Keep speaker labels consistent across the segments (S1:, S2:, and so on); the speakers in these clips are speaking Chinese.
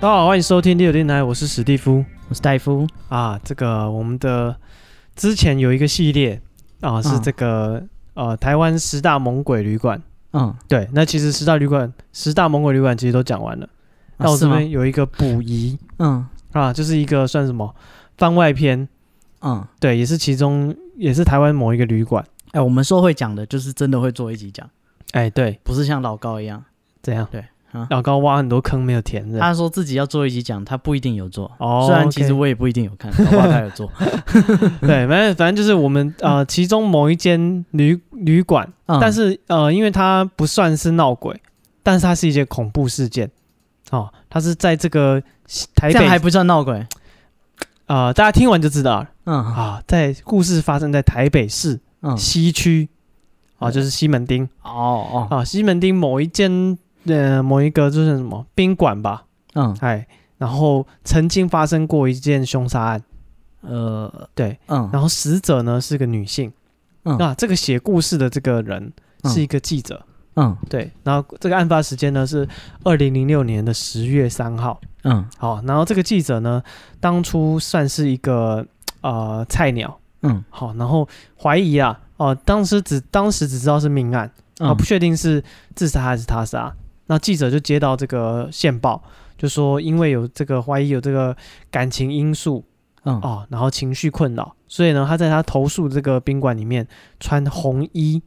S1: 大家好，欢迎收听第六电台，我是史蒂夫
S2: 我是戴夫。
S1: 啊。这个我们的之前有一个系列啊，是
S2: 嗯
S1: 这个、呃台湾十大猛鬼旅馆。
S2: 嗯，
S1: 对，那其实十大旅馆、十大猛鬼旅馆其实都讲完了。那
S2: 啊
S1: 我
S2: 是
S1: 这
S2: 吗？
S1: 边有一个补遗
S2: 嗯
S1: 啊，就是一个算什么番外篇，
S2: 嗯，
S1: 对，也是其中也是台湾某一个旅馆。
S2: 哎、我们说会讲的，就是真的会做一集讲，
S1: 哎，对，
S2: 不是像老高一样。
S1: 怎样？
S2: 对啊
S1: 老高挖很多坑没有填的。
S2: 他说自己要做一集讲，他不一定有做。
S1: 哦
S2: 虽然其实
S1: OK
S2: 我也不一定有看，搞不好他有做。
S1: 对，反正反正就是我们呃，其中某一间旅旅馆，
S2: 嗯、
S1: 但是呃，因为它不算是闹鬼，但是它是一件恐怖事件，哦，它是在这个台
S2: 这样还
S1: 北
S2: 不算闹鬼。
S1: 呃，大家听完就知道了
S2: 嗯
S1: 啊，在故事发生在台北市
S2: 嗯，
S1: 西区，啊，
S2: 嗯
S1: 就是西门町
S2: 哦哦，
S1: 啊，西门町某一间呃某一个就是什么宾馆吧，
S2: 嗯
S1: 哎，然后曾经发生过一件凶杀
S2: 嗯
S1: 案，
S2: 呃
S1: 对，
S2: 嗯
S1: 然后死者呢是个女性，
S2: 嗯
S1: 那这个写故事的这个人
S2: 嗯
S1: 是一个记者。
S2: 嗯
S1: 对，然后这个案发时间呢是二零零六年的十月三号。
S2: 嗯
S1: 好，然后这个记者呢，当初算是一个呃菜鸟，
S2: 嗯
S1: 好，然后怀疑啊，哦、当时只当时只知道是命案，啊，
S2: 嗯
S1: 不确定是自杀还是他杀。那记者就接到这个线报，就说因为有这个怀疑有这个感情因素
S2: 嗯
S1: 哦，然后情绪困扰，所以呢，他在他投诉这个宾馆里面穿红衣、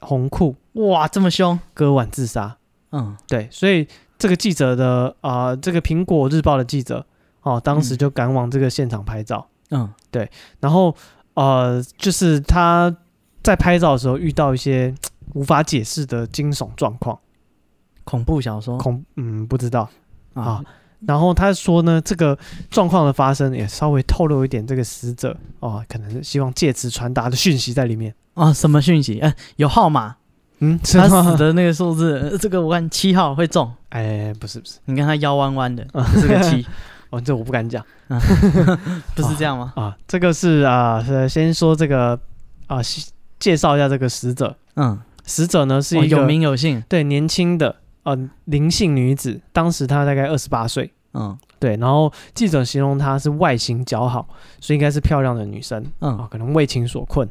S1: 红裤
S2: 哇，这么凶。
S1: 割腕自杀。
S2: 嗯
S1: 对，所以这个记者的啊、呃这个苹果日报的记者哦，当时
S2: 嗯
S1: 就赶往这个现场拍照，
S2: 嗯
S1: 然后呃，就是他在拍照的时候遇到一些嘖无法解释的惊悚状况，
S2: 恐怖小说
S1: 恐嗯不知道啊
S2: 啊。
S1: 然后他说呢，这个状况的发生也稍微透露一点这个死者哦，可能是希望借此传达的讯息在里面。
S2: 啊，什么讯息？哎、有号码，
S1: 嗯，是
S2: 他
S1: 吗
S2: 死？的那个数字，呃这个我看七号会中。
S1: 哎，不是不是，
S2: 你看他腰弯弯 的，这是个七，
S1: 哦，这我不敢讲。
S2: 不是这样吗？
S1: 啊，这个是啊，是先说这个啊，西介绍一下这个死者。
S2: 嗯，
S1: 死者呢是
S2: 哦
S1: 一个、
S2: 有名有姓。
S1: 对年轻的呃林姓女子，当时她大概二十八岁。
S2: 嗯
S1: 对，然后记者形容她是外形姣好，所以应该是漂亮的女生啊
S2: 嗯，
S1: 可能为情所困。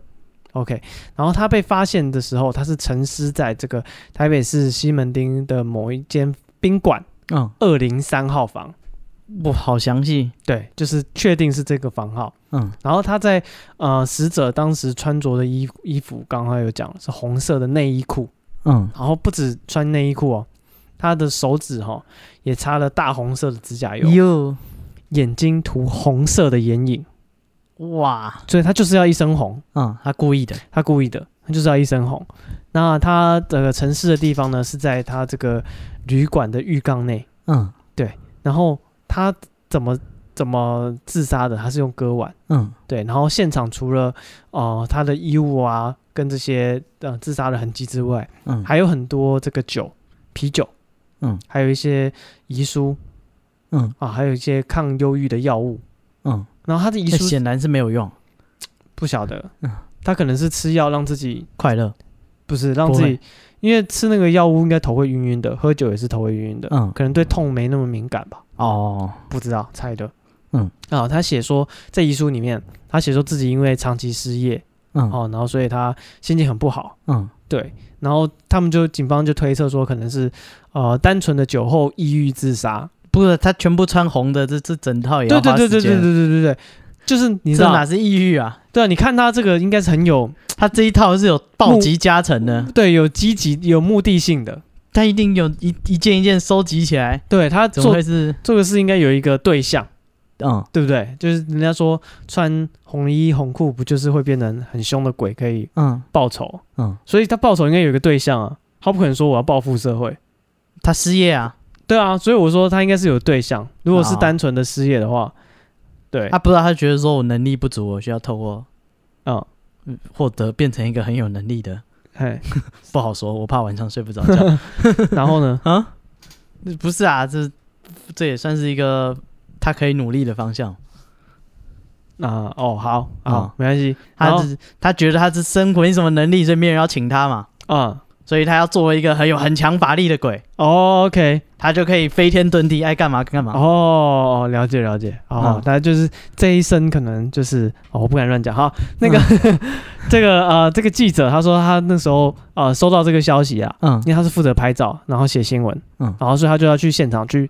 S1: OK，然后她被发现的时候，她是沉尸在这个台北市西门町的某一间宾馆
S2: 嗯，
S1: 二零三号房。
S2: 不好详细。
S1: 对，就是确定是这个房号。
S2: 嗯
S1: 然后他在呃死者当时穿着的衣衣服，刚刚有讲是红色的内衣裤，
S2: 嗯
S1: 然后不止穿内衣裤哦，他的手指哈、也擦了大红色的指
S2: 哎
S1: 甲油，
S2: 哟
S1: 眼睛涂红色的眼影，
S2: 哇，
S1: 所以他就是要一身红，
S2: 嗯，他故意的。
S1: 他故意的，他就是要一身红。那他的城市的地方呢是在他这个旅馆的浴缸内，
S2: 嗯
S1: 然后他怎么怎么自杀的？他是用割腕。
S2: 嗯
S1: 对，然后现场除了呃他的衣物啊跟这些呃自杀的痕迹之外，
S2: 嗯，
S1: 还有很多这个酒、啤酒，
S2: 嗯，
S1: 还有一些遗书
S2: 嗯
S1: 啊，还有一些抗忧郁的药物。
S2: 嗯，
S1: 然后他的遗
S2: 那
S1: 书
S2: 显然是没有用。
S1: 不晓得
S2: 嗯，
S1: 他可能是吃药让自己
S2: 快乐。
S1: 不是让
S2: 不
S1: 自
S2: 会
S1: 己，因为吃那个药物应该头会晕晕的，喝酒也是头会晕晕的，
S2: 嗯
S1: 可能对痛没那么敏感吧。
S2: 哦，
S1: 不知道猜的。
S2: 嗯，
S1: 啊，他写说在遗书里面，他写说自己因为长期失业，
S2: 嗯
S1: 哦，然后所以他心情很不好，
S2: 嗯
S1: 对，然后他们就警方就推测说可能是呃单纯的酒后抑郁自杀，
S2: 不是他全部穿红的，这这整套也
S1: 对
S2: 要
S1: 对
S2: 花
S1: 对
S2: 时
S1: 对对对
S2: 间。
S1: 对对对，就是你知
S2: 这
S1: 道
S2: 哪，是抑郁啊？
S1: 对啊，你看他这个应该是很有
S2: 他这一套是有暴击加成的，
S1: 对有积极有目的性的，
S2: 他一定有一一件一件收集起来，
S1: 对他
S2: 怎么
S1: 做
S2: 会是？
S1: 做的事应该有一个对象，
S2: 嗯
S1: 对不对？就是人家说穿红衣红裤不就是会变成很凶的鬼可以
S2: 嗯
S1: 报仇，
S2: 嗯，
S1: 所以他报仇应该有一个对象啊，他不可能说我要报复社会。
S2: 他失业啊？
S1: 对啊，所以我说他应该是有对象。如果是
S2: 哦
S1: 单纯的失业的话，对，
S2: 他不知道，他觉得说我能力不足，我需要透过
S1: 嗯，
S2: 嗯获得变成一个很有能力的，
S1: 嘿，
S2: 不好说，我怕晚上睡不着 觉。
S1: 然后呢？
S2: 啊，不是啊，这这也算是一个他可以努力的方向。
S1: 啊，哦，好，好，
S2: 嗯
S1: 没关系。然
S2: 他
S1: 后
S2: 只他觉得他是生活没什么能力，所以没人要请他嘛。
S1: 啊、
S2: 所以他要作为一个很有很强法力的鬼，
S1: 哦，OK，
S2: 他就可以飞天遁地，爱干嘛干嘛。
S1: 哦，了解了解，哦
S2: 嗯，
S1: 大家就是这一生可能就是，哦，我不敢乱讲哈。那个、 这个呃，这个记者他说他那时候呃收到这个消息啊，
S2: 嗯
S1: 因为他是负责拍照，然后写新闻，
S2: 嗯
S1: 然后所以他就要去现场去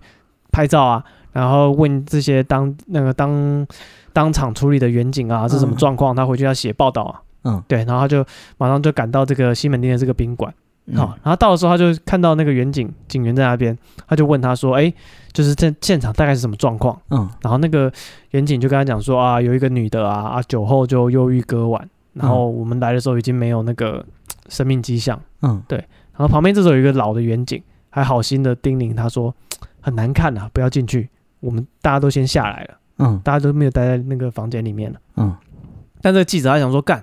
S1: 拍照啊，然后问这些当那个当当场处理的远景啊是什么
S2: 嗯
S1: 状况，他回去要写报道啊。
S2: 嗯，
S1: 对，然后他就马上就赶到这个西门町的这个宾馆，
S2: 嗯
S1: 好、然后到的时候他就看到那个远景警员在那边，他就问他说：“哎，就是这现场大概是什么状况
S2: 嗯？”
S1: 然后那个远景就跟他讲说：“啊，有一个女的啊啊，酒后就忧郁割腕，
S2: 嗯
S1: 然后我们来的时候已经没有那个嘖生命迹象。”
S2: 嗯
S1: 然后旁边这时候有一个老的远景，还好心的叮咛他说：“嘖很难看啊，不要进去，我们大家都先下来了，
S2: 嗯
S1: 大家都没有待在那个房间里面了。”
S2: 嗯
S1: 但这个记者他想说，干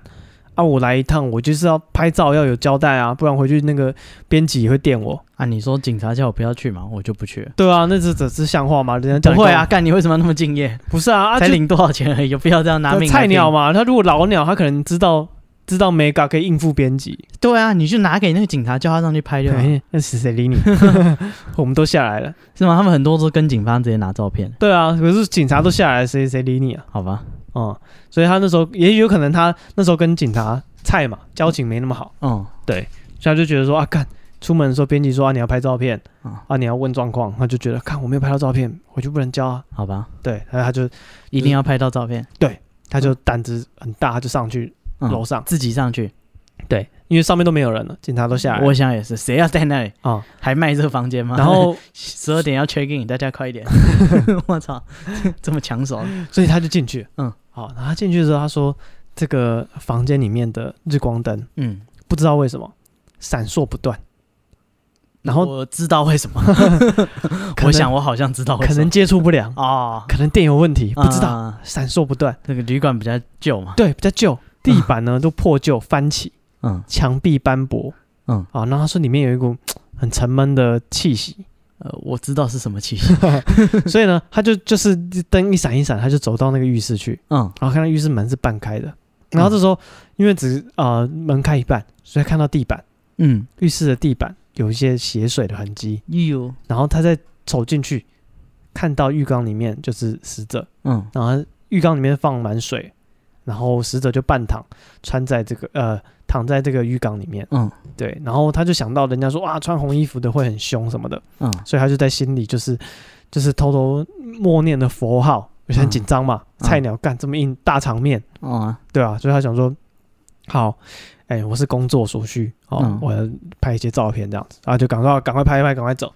S1: 啊，我来一趟，我就是要拍照，要有交代啊，不然回去那个编辑也会电我。
S2: 啊，你说警察叫我不要去嘛，我就不去了。
S1: 对啊，那这这是像话吗？人家叫
S2: 不
S1: 你
S2: 会
S1: 干
S2: 啊，
S1: 嘛，
S2: 干你为什么要那么敬业？
S1: 不是啊，啊
S2: 才
S1: 就
S2: 领多少钱而已，有必要这样拿
S1: 呃
S2: 命？
S1: 菜鸟？嘛，他如果老鸟，他可能知道知道 mega 可以应付编辑，
S2: 对啊，你就拿给那个警察，叫他上去拍就好，
S1: 哎 那谁谁理你？我们都下来了，
S2: 是吗？他们很多都跟警方直接拿照片，
S1: 对啊，可是警察都下来了，谁谁理你啊？
S2: 好吧？
S1: 嗯，所以他那时候也有可能他那时候跟警察菜嘛，交情没那么好，
S2: 嗯
S1: 所以他就觉得说啊，干，出门的时候编辑说啊你要拍照片
S2: 嗯
S1: 啊你要问状况，他就觉得看我没有拍到照片，回去不能交啊，
S2: 好吧，
S1: 对，然后他就
S2: 一定要拍到照片，
S1: 他就胆子很大，他就上去
S2: 嗯
S1: 楼上。
S2: 自己上去。
S1: 对，因为上面都没有人了，警察都下来了
S2: 我想也是，谁要在那里
S1: 啊、
S2: 还卖这个房间吗？
S1: 然后，
S2: 十二点要 check in，大家快 一点！我操， 这么抢手，啊
S1: 所以他就进去，
S2: 嗯，
S1: 好，然后他进去的时候，他说这个房间里面的日光灯
S2: 嗯，
S1: 不知道为什么闪烁不断，然后
S2: 我知道为什么，
S1: 可能
S2: 我想我好像知道为
S1: 可
S2: 什
S1: 能
S2: 么，
S1: 接触不良，
S2: 哦，
S1: 可能电有问题，不知道，
S2: 啊
S1: 闪烁不断，
S2: 那个旅馆比较旧嘛，
S1: 对，比较旧，地板呢都破旧翻起，
S2: 嗯，
S1: 墙壁斑驳，
S2: 嗯，
S1: 啊，然后他说里面有一股很沉闷的气息，
S2: 呃，我知道是什么气息，
S1: 所以呢，他就就是灯一闪一闪，他就走到那个浴室去，
S2: 嗯
S1: 然后看到浴室门是半开的，然后这时候、因为只呃门开一半，所以看到地板
S2: 嗯，
S1: 浴室的地板有一些血水的痕迹，
S2: 有，
S1: 然后他再走进去，看到浴缸里面就是死者，
S2: 嗯
S1: 然后浴缸里面放满水，然后死者就半躺穿在这个呃躺在这个浴缸里面，
S2: 嗯
S1: 对，然后他就想到人家说哇穿红衣服的会很凶什么的，
S2: 嗯
S1: 所以他就在心里就是就是偷偷默念的佛号，有些很紧张嘛，
S2: 嗯
S1: 菜鸟干这么硬大场面。
S2: 哦啊，
S1: 对啊，所以他想说，好，哎、我是工作所需，哦，
S2: 嗯
S1: 我要拍一些照片这样子，然后啊就赶快赶快拍一拍，赶快走，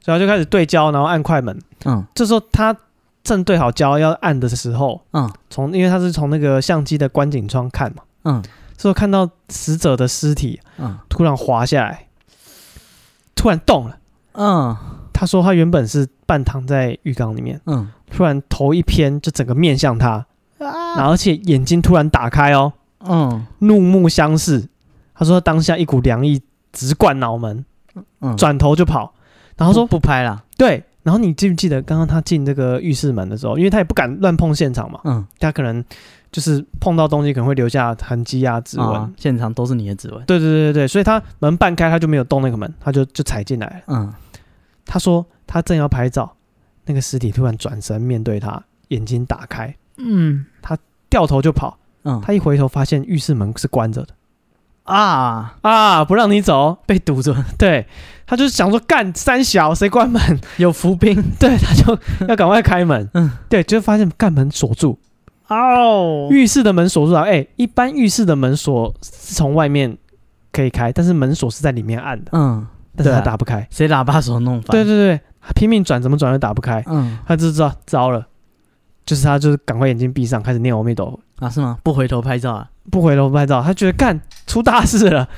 S1: 所以他就开始对焦，然后按快门。
S2: 嗯
S1: 这时候他正对好焦要按的时候，
S2: 嗯
S1: 从因为他是从那个相机的观景窗看嘛，
S2: 嗯
S1: 这时候看到死者的尸体
S2: 嗯
S1: 突然滑下来，突然动了。
S2: 嗯
S1: 他说他原本是半躺在浴缸里面，
S2: 嗯，
S1: 突然头一偏，就整个面向他，然
S2: 啊，
S1: 后而且眼睛突然打开哦。
S2: 嗯
S1: 怒目相视。他说他当下一股凉意直灌脑门，
S2: 嗯，
S1: 转头就跑。然后说
S2: 不拍了，
S1: 对，然后你记不记得刚刚他进这个浴室门的时候，因为他也不敢乱碰现场嘛，
S2: 嗯，
S1: 他可能就是碰到东西可能会留下痕迹啊、指纹。
S2: 啊现场都是你的指纹，
S1: 对对对对对，所以他门半开，他就没有动那个门，他就就踩进来了。
S2: 嗯
S1: 他说他正要拍照，那个尸体突然转身面对他，眼睛打开，
S2: 嗯
S1: 掉头就跑。
S2: 嗯，
S1: 他一回头发现浴室门是关着的
S2: 啊，
S1: 啊，不让你走。
S2: 被堵着，
S1: 对，他就是想说干三小谁关门？
S2: 有伏兵，
S1: 对，他就要赶快开门。
S2: 嗯
S1: 嗯，对，就发现干门锁住，
S2: 哦
S1: 浴室的门锁住了。哎、一般浴室的门锁是从外面可以开，但是门锁是在里面按的，
S2: 嗯，
S1: 但是
S2: 对
S1: 他
S2: 啊
S1: 打不开。
S2: 谁喇叭手弄反？
S1: 对，对对，他拼命转，怎么转都打不开，
S2: 嗯
S1: 他就知道糟了，就是他就是赶快眼睛闭上，开始念阿弥陀佛。
S2: 啊，是吗？不回头拍照啊？
S1: 不回头拍照，他觉得干出大事 了，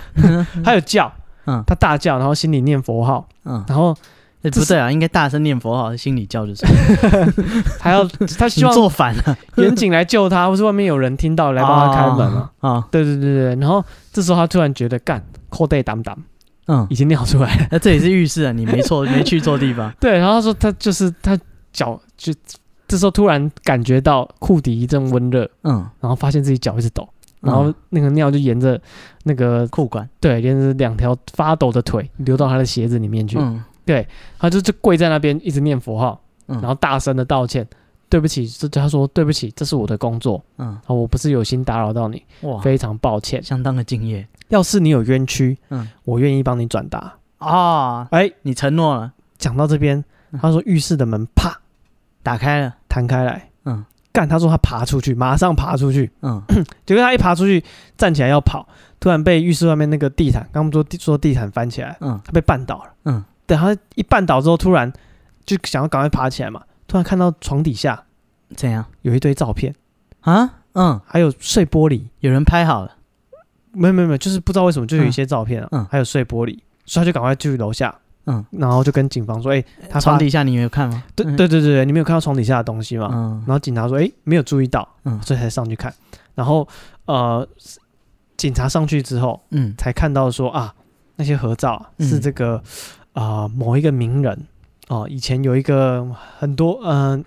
S1: 他有叫，
S2: 嗯
S1: 他大叫，然后心里念佛号，
S2: 嗯，
S1: 然 后
S2: 哎
S1: 这
S2: 不
S1: 是
S2: 对啊，应该大声念佛号，心里叫 就是，
S1: 还要他
S2: 你
S1: 希望
S2: 做反了
S1: 远景来救他，或是外面有人听到来帮他开门啊。
S2: 啊，
S1: 对对对对，然后这时候他突然觉得干扣带挡挡
S2: 嗯
S1: 已，经尿出来了，
S2: 那这里是浴室啊，你没 错，没去错地方，
S1: 对，然后他说他就是他脚就这时候突然感觉到裤底一阵温热，
S2: 嗯
S1: 然后发现自己脚一直抖，然后
S2: 嗯
S1: 那个尿就沿着那个
S2: 裤管，
S1: 对，沿着两条发抖的腿流到他的鞋子里面去。
S2: 嗯
S1: 他就就跪在那边一直念佛号，
S2: 嗯，
S1: 然后大声的道歉，对不起，这他说对不起，这是我的工作
S2: 嗯，
S1: 啊，我不是有心打扰到你，
S2: 哇，
S1: 非常抱歉。
S2: 相当的敬业
S1: 要是你有冤屈，
S2: 嗯
S1: 我愿意帮你转达。
S2: 啊！
S1: 哎，
S2: 你承诺了，
S1: 讲到这边，
S2: 嗯
S1: 他说浴室的门啪
S2: 打开了，
S1: 弹开来，
S2: 嗯
S1: 干，他说他爬出去，马上爬出去，
S2: 嗯
S1: 结果他一爬出去，站起来要跑，突然被浴室外面那个地毯，刚刚说地说地毯翻起来，
S2: 嗯
S1: 他被绊倒了，
S2: 嗯，
S1: 对，他一绊倒之后，突然就想要赶快爬起来嘛，突然看到床底下
S2: 怎样
S1: 有一堆照片，
S2: 啊？嗯，
S1: 还有碎玻璃，
S2: 有人拍好了，
S1: 没有没有没有，就是不知道为什么就有一些照片啊，
S2: 嗯嗯
S1: 还有碎玻璃，所以他就赶快去楼下，
S2: 嗯，
S1: 然后就跟警方说，哎、他
S2: 床
S1: 发
S2: 底下嗯你有看吗？
S1: 对对对对对，你没有看到床底下的东西吗？
S2: 嗯，
S1: 然后警察说，哎、没有注意到，
S2: 嗯
S1: 所以才上去看，然后呃，警察上去之后。
S2: 嗯
S1: 才看到说啊，那些合照啊
S2: 嗯
S1: 是这个啊、某一个名人哦、以前有一个很多嗯、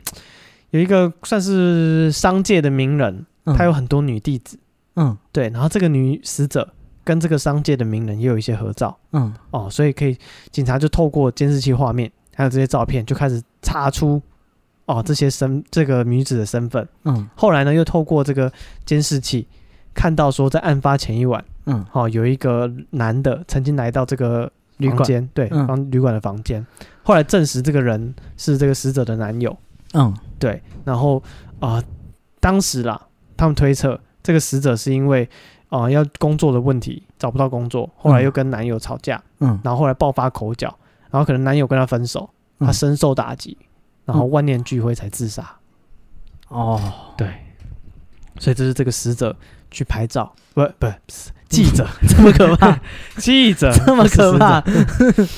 S1: 有一个算是商界的名人，
S2: 嗯，
S1: 他有很多女弟子，
S2: 嗯
S1: 对，然后这个女死者跟这个商界的名人也有一些合照
S2: 嗯
S1: 哦、所以可以警察就透过监视器画面还有这些照片就开始查出哦、这些身这个女子的身份，
S2: 嗯
S1: 后来呢又透过这个监视器看到说在案发前一晚。
S2: 嗯
S1: 哦，有一个男的曾经来到这个
S2: 旅
S1: 房
S2: 馆
S1: 间，对，
S2: 嗯
S1: 房旅馆的房间，后来证实这个人是这个死者的男友，
S2: 嗯
S1: 对，然后啊、呃当时啦，他们推测这个死者是因为啊、呃要工作的问题找不到工作，后来又跟男友吵架，
S2: 嗯
S1: 然后后来爆发口角，然后可能男友跟她分手，她
S2: 嗯
S1: 深受打击，然后万念俱灰才自杀，
S2: 哦，
S1: 对，所以这是这个死者去拍照，不不是记者这么可怕， 记 者
S2: 这么
S1: 不是
S2: 可
S1: 死
S2: 怕
S1: 者，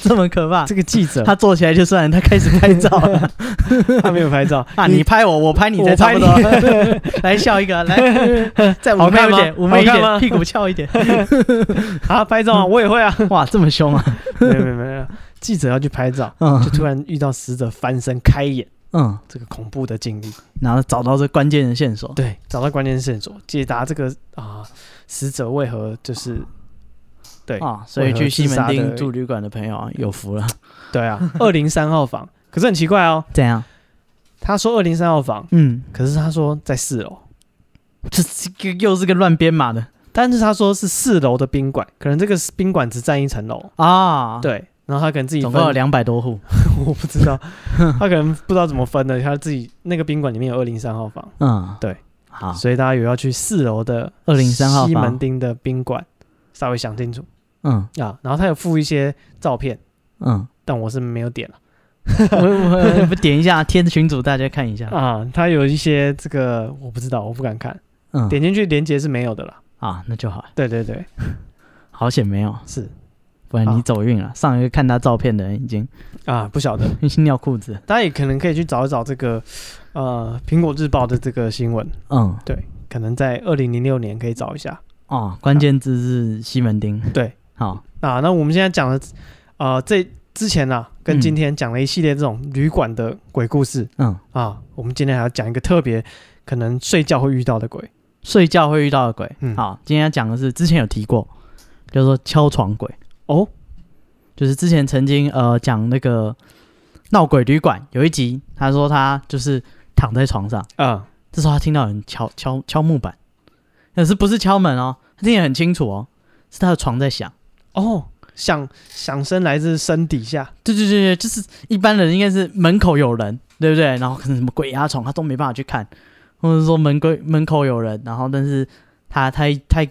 S2: 这么可怕
S1: 这，个记者
S2: 他坐起来就算了，他开始拍照 了
S1: 他没有拍 照
S2: 啊！你拍我，我拍你，
S1: 我
S2: 才差
S1: 拍
S2: 不
S1: 你
S2: 多。来笑一个，来，再妩
S1: 好看
S2: 媚一
S1: 吗
S2: 点，妩媚一
S1: 好看吗
S2: 点，屁股翘 一点。
S1: 啊拍照啊，我也会啊，
S2: 哇，这么凶啊！
S1: 没有没有没有没有，记者要去拍 照，就
S2: 嗯
S1: 突然遇到死者翻身开眼，
S2: 嗯，
S1: 这个恐怖的经历，
S2: 然后找到这关键的线索。
S1: 对，找到关键线索，解答这个啊、死者为何就是对
S2: 啊，所以去西门
S1: 为何自杀的
S2: 町住旅馆的朋友啊，有福了。
S1: 对 啊，二零三号房，可是很奇怪哦，
S2: 怎样？
S1: 他说二零三号房，
S2: 嗯，
S1: 可是他说在四楼。
S2: 这是个又是个乱编码的
S1: 但是他说是四楼的宾馆，可能这个宾馆只占一层楼，
S2: 啊。，
S1: 对，然后他可能自己
S2: 总
S1: 分，
S2: 共有两百多户。
S1: 我不知道，他可能不知道怎么分的，他自己那个宾馆里面有二零三号房，
S2: 嗯，
S1: 对。
S2: 好，
S1: 所以大家有要去四楼的
S2: 203号房
S1: 西门町的宾馆，稍微想清楚
S2: 嗯
S1: 啊。然后他有附一些照片，
S2: 嗯，
S1: 但我是没有点了
S2: 我我我点一下贴群组，大家看一下。
S1: 啊。他有一些这个我不知道，我不敢看，
S2: 嗯，
S1: 点进去连接是没有的啦。
S2: 啊，那就好。
S1: 对对对，
S2: 好险没有，
S1: 是
S2: 不然
S1: 好
S2: 你走运了。上一个看他照片的人已经
S1: 啊，不晓得，
S2: 已经尿裤子了。
S1: 大家也可能可以去找一找这个呃《苹果日报》的这个新闻。
S2: 嗯，
S1: 对，可能在二零零六年可以找一下
S2: 哦，关键字是西门町。
S1: 对，
S2: 好，
S1: 啊。那我们现在讲的，呃，这之前呢、跟今天讲了一系列这种旅馆的鬼故事、
S2: 嗯，
S1: 啊，我们今天还要讲一个特别可能睡觉会遇到的鬼。
S2: 睡觉会遇到的鬼。
S1: 嗯
S2: 好，今天要讲的是之前有提过，叫做敲床鬼。
S1: 哦，
S2: 就是之前曾经呃讲那个闹鬼旅馆有一集，他说他就是躺在床上，
S1: 啊、
S2: 这时候他听到有人敲敲敲木板，但是不是敲门哦，他听得很清楚哦，是他的床在响。
S1: 哦，响响声来自身底下，
S2: 对对对对，就是一般人应该是门口有人，对不对？然后可能什么鬼压床，他啊都没办法去看，或者说门规门口有人，然后但是他他他